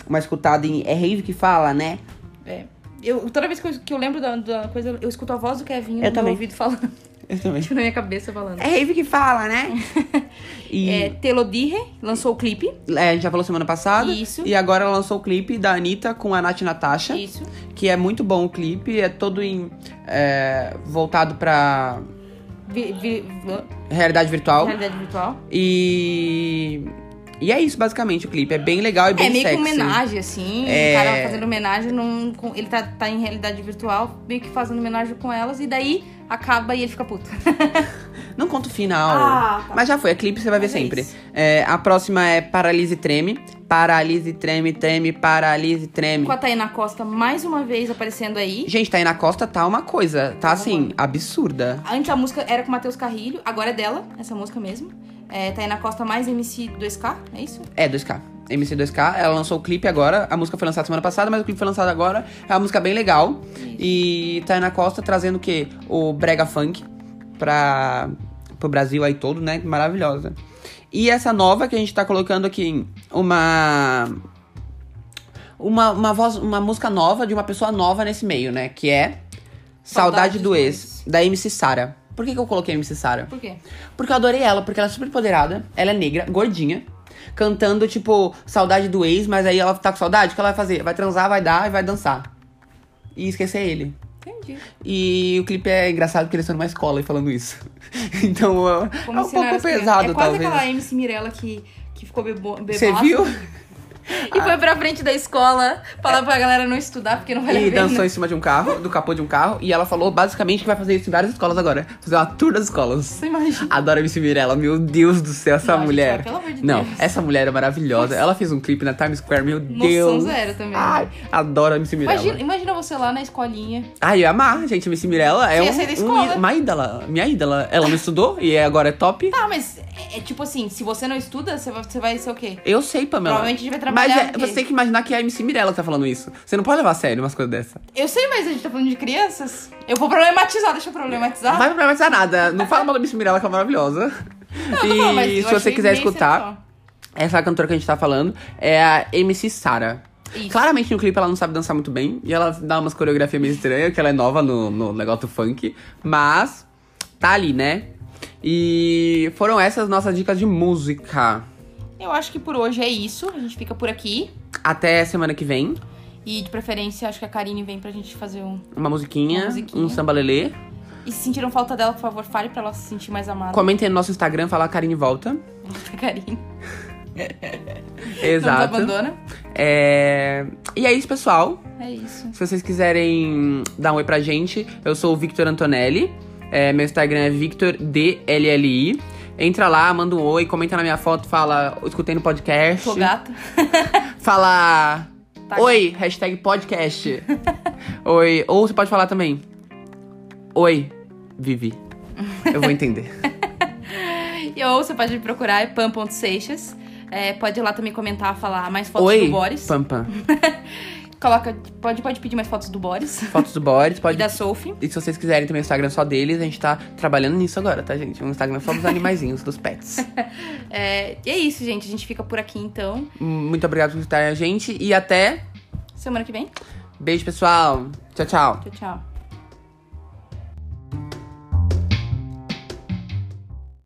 Speaker 1: uma escutada em é rave que fala, né?
Speaker 2: É. Eu, toda vez que eu, que eu lembro da, da coisa, eu escuto a voz do Kevinho
Speaker 1: Eu
Speaker 2: no
Speaker 1: também.
Speaker 2: meu ouvido falando. [LAUGHS]
Speaker 1: Eu também.
Speaker 2: na minha cabeça falando.
Speaker 1: É rave que fala,
Speaker 2: [LAUGHS]
Speaker 1: né? e
Speaker 2: É, Telodirre lançou o clipe.
Speaker 1: é, a gente já falou semana passada.
Speaker 2: Isso.
Speaker 1: E agora ela lançou o clipe da Anitta com a Nath Natasha.
Speaker 2: Isso.
Speaker 1: que é muito bom o clipe, é todo em, é, voltado pra
Speaker 2: Vi- vi- vi-
Speaker 1: Realidade virtual.
Speaker 2: realidade virtual.
Speaker 1: E. E é isso, basicamente, o clipe. É bem legal e bem
Speaker 2: é meio que
Speaker 1: sexy.
Speaker 2: homenagem, assim.
Speaker 1: É.
Speaker 2: O cara fazendo homenagem. Num, com- ele tá, tá em realidade virtual, meio que fazendo homenagem com elas. E daí acaba e ele fica puto.
Speaker 1: Não conta o final.
Speaker 2: Ah, tá.
Speaker 1: Mas já foi, é clipe, você vai ver
Speaker 2: Mas é
Speaker 1: sempre.
Speaker 2: isso.
Speaker 1: É, a próxima é Paralise Treme. Paralise Treme, Treme, Paralise Treme.
Speaker 2: Com a Tainá Costa mais uma vez aparecendo aí.
Speaker 1: Gente, tá aí na costa, tá uma coisa. Tá
Speaker 2: Tá
Speaker 1: assim, absurda.
Speaker 2: Antes a música era com o Matheus Carrilho, agora é dela, essa música mesmo. É, Tainá Costa mais MC 2K, é isso?
Speaker 1: É, 2K. MC2K, ela lançou o clipe agora. A música foi lançada semana passada, mas o clipe foi lançado agora. É uma música bem legal. E tá aí na costa trazendo o quê? O Brega Funk pra, pro Brasil aí todo, né? Maravilhosa. E essa nova que a gente tá colocando aqui, uma. Uma, uma voz, uma música nova de uma pessoa nova nesse meio, né? Que é Saudade,
Speaker 2: Saudade
Speaker 1: do
Speaker 2: do
Speaker 1: Ex, da MC Sara. Por que, que eu coloquei MC Sara?
Speaker 2: Por quê?
Speaker 1: Porque eu adorei ela, porque ela é super empoderada, ela é negra, gordinha, cantando, tipo, saudade do ex, mas aí ela tá com saudade, o que ela vai fazer? Vai transar, vai dar e vai dançar. E esquecer ele.
Speaker 2: Entendi.
Speaker 1: E o clipe é engraçado porque eles estão numa escola e falando isso. [LAUGHS] Então é, é
Speaker 2: Como
Speaker 1: um
Speaker 2: ensinar
Speaker 1: pouco
Speaker 2: as crianças.
Speaker 1: pesado,
Speaker 2: É quase
Speaker 1: talvez.
Speaker 2: aquela MC Mirella que, que ficou bebo, bebaça
Speaker 1: Você
Speaker 2: [LAUGHS]
Speaker 1: viu?
Speaker 2: e foi pra frente da escola falar pra galera não estudar, porque não vai né?
Speaker 1: E
Speaker 2: levar
Speaker 1: dançou em cima de um carro, do capô de um carro, e ela falou basicamente que vai fazer isso em várias escolas agora. Fazer uma tour das escolas.
Speaker 2: Você imagina.
Speaker 1: Adoro a MC Mirella, meu Deus do céu, essa
Speaker 2: Não, gente,
Speaker 1: mulher.
Speaker 2: pelo amor de
Speaker 1: não,
Speaker 2: Deus.
Speaker 1: essa mulher é maravilhosa. Ela fez um clipe na Times Square, meu
Speaker 2: Noção
Speaker 1: Deus.
Speaker 2: um zero também.
Speaker 1: Ai, adoro a MC Mirella.
Speaker 2: imagina, imagina você lá na escolinha.
Speaker 1: Ai, eu ia amar, gente. A MC Mirella é
Speaker 2: Você ia
Speaker 1: um-
Speaker 2: sair da
Speaker 1: um-
Speaker 2: escola.
Speaker 1: uma ídola. Minha ídola. Ela não estudou e agora é top.
Speaker 2: Tá, mas é, é tipo assim, se você não estuda, você vai, você vai ser o quê?
Speaker 1: Eu sei, Pamela.
Speaker 2: Provavelmente a gente vai trabalhar
Speaker 1: Mas é-
Speaker 2: o quê?
Speaker 1: você tem que imaginar que é a MC Mirella que tá falando isso. Você não pode levar a sério umas coisas dessa.
Speaker 2: Eu sei, mas a gente tá falando de crianças. Eu vou problematizar, deixa eu problematizar.
Speaker 1: Não vai problematizar nada. Não fala mal da MC Mirella, que é maravilhosa.
Speaker 2: Não, não, mas
Speaker 1: e
Speaker 2: eu
Speaker 1: se você
Speaker 2: achei
Speaker 1: quiser
Speaker 2: bem
Speaker 1: escutar,
Speaker 2: sensual.
Speaker 1: essa cantora que a gente tá falando é a MC Sara.
Speaker 2: Isso.
Speaker 1: Claramente no clipe ela não sabe dançar muito bem. E ela dá umas coreografias meio estranhas, que ela é nova no, no negócio do funk. Mas tá ali, né? E foram essas nossas dicas de música.
Speaker 2: Eu acho que por hoje é isso. A gente fica por aqui.
Speaker 1: Até semana que vem.
Speaker 2: E de preferência, acho que a Karine vem pra gente fazer um.
Speaker 1: Uma musiquinha,
Speaker 2: Uma musiquinha.
Speaker 1: um samba lelê.
Speaker 2: E se sentiram falta dela, por favor, fale pra ela se sentir mais amada.
Speaker 1: Comentem no nosso Instagram, fala Karine volta.
Speaker 2: [LAUGHS] A Karine.
Speaker 1: Exato.
Speaker 2: Não nos abandona.
Speaker 1: É... E é isso, pessoal.
Speaker 2: É isso.
Speaker 1: Se vocês quiserem dar um oi pra gente, eu sou o Victor Antonelli. É, meu Instagram é VictorDLLI. Entra lá, manda um oi, comenta na minha foto, fala, escutei no podcast.
Speaker 2: Sou gata.
Speaker 1: Fala.
Speaker 2: Tá.
Speaker 1: Oi, hashtag podcast. [LAUGHS] oi. Ou você pode falar também. Oi, Vivi. Eu vou entender.
Speaker 2: E ou você pode me procurar, é pan.seixas. É, pode ir lá também comentar, falar mais [LAUGHS] fotos
Speaker 1: oi,
Speaker 2: do Boris.
Speaker 1: Pam Pam.
Speaker 2: Coloca, pode, pode pedir mais fotos do Boris
Speaker 1: Fotos do Boris, pode.
Speaker 2: e [LAUGHS] da Sophie.
Speaker 1: E se vocês quiserem também o Instagram só deles, a gente tá trabalhando nisso agora, tá, gente? Um Instagram
Speaker 2: [LAUGHS]
Speaker 1: só dos animaizinhos, dos pets.
Speaker 2: É, e é isso, gente. A gente fica por aqui então.
Speaker 1: Muito obrigado por estarem a gente e até.
Speaker 2: Semana que vem.
Speaker 1: Beijo, pessoal. Tchau, tchau.
Speaker 2: Tchau, tchau.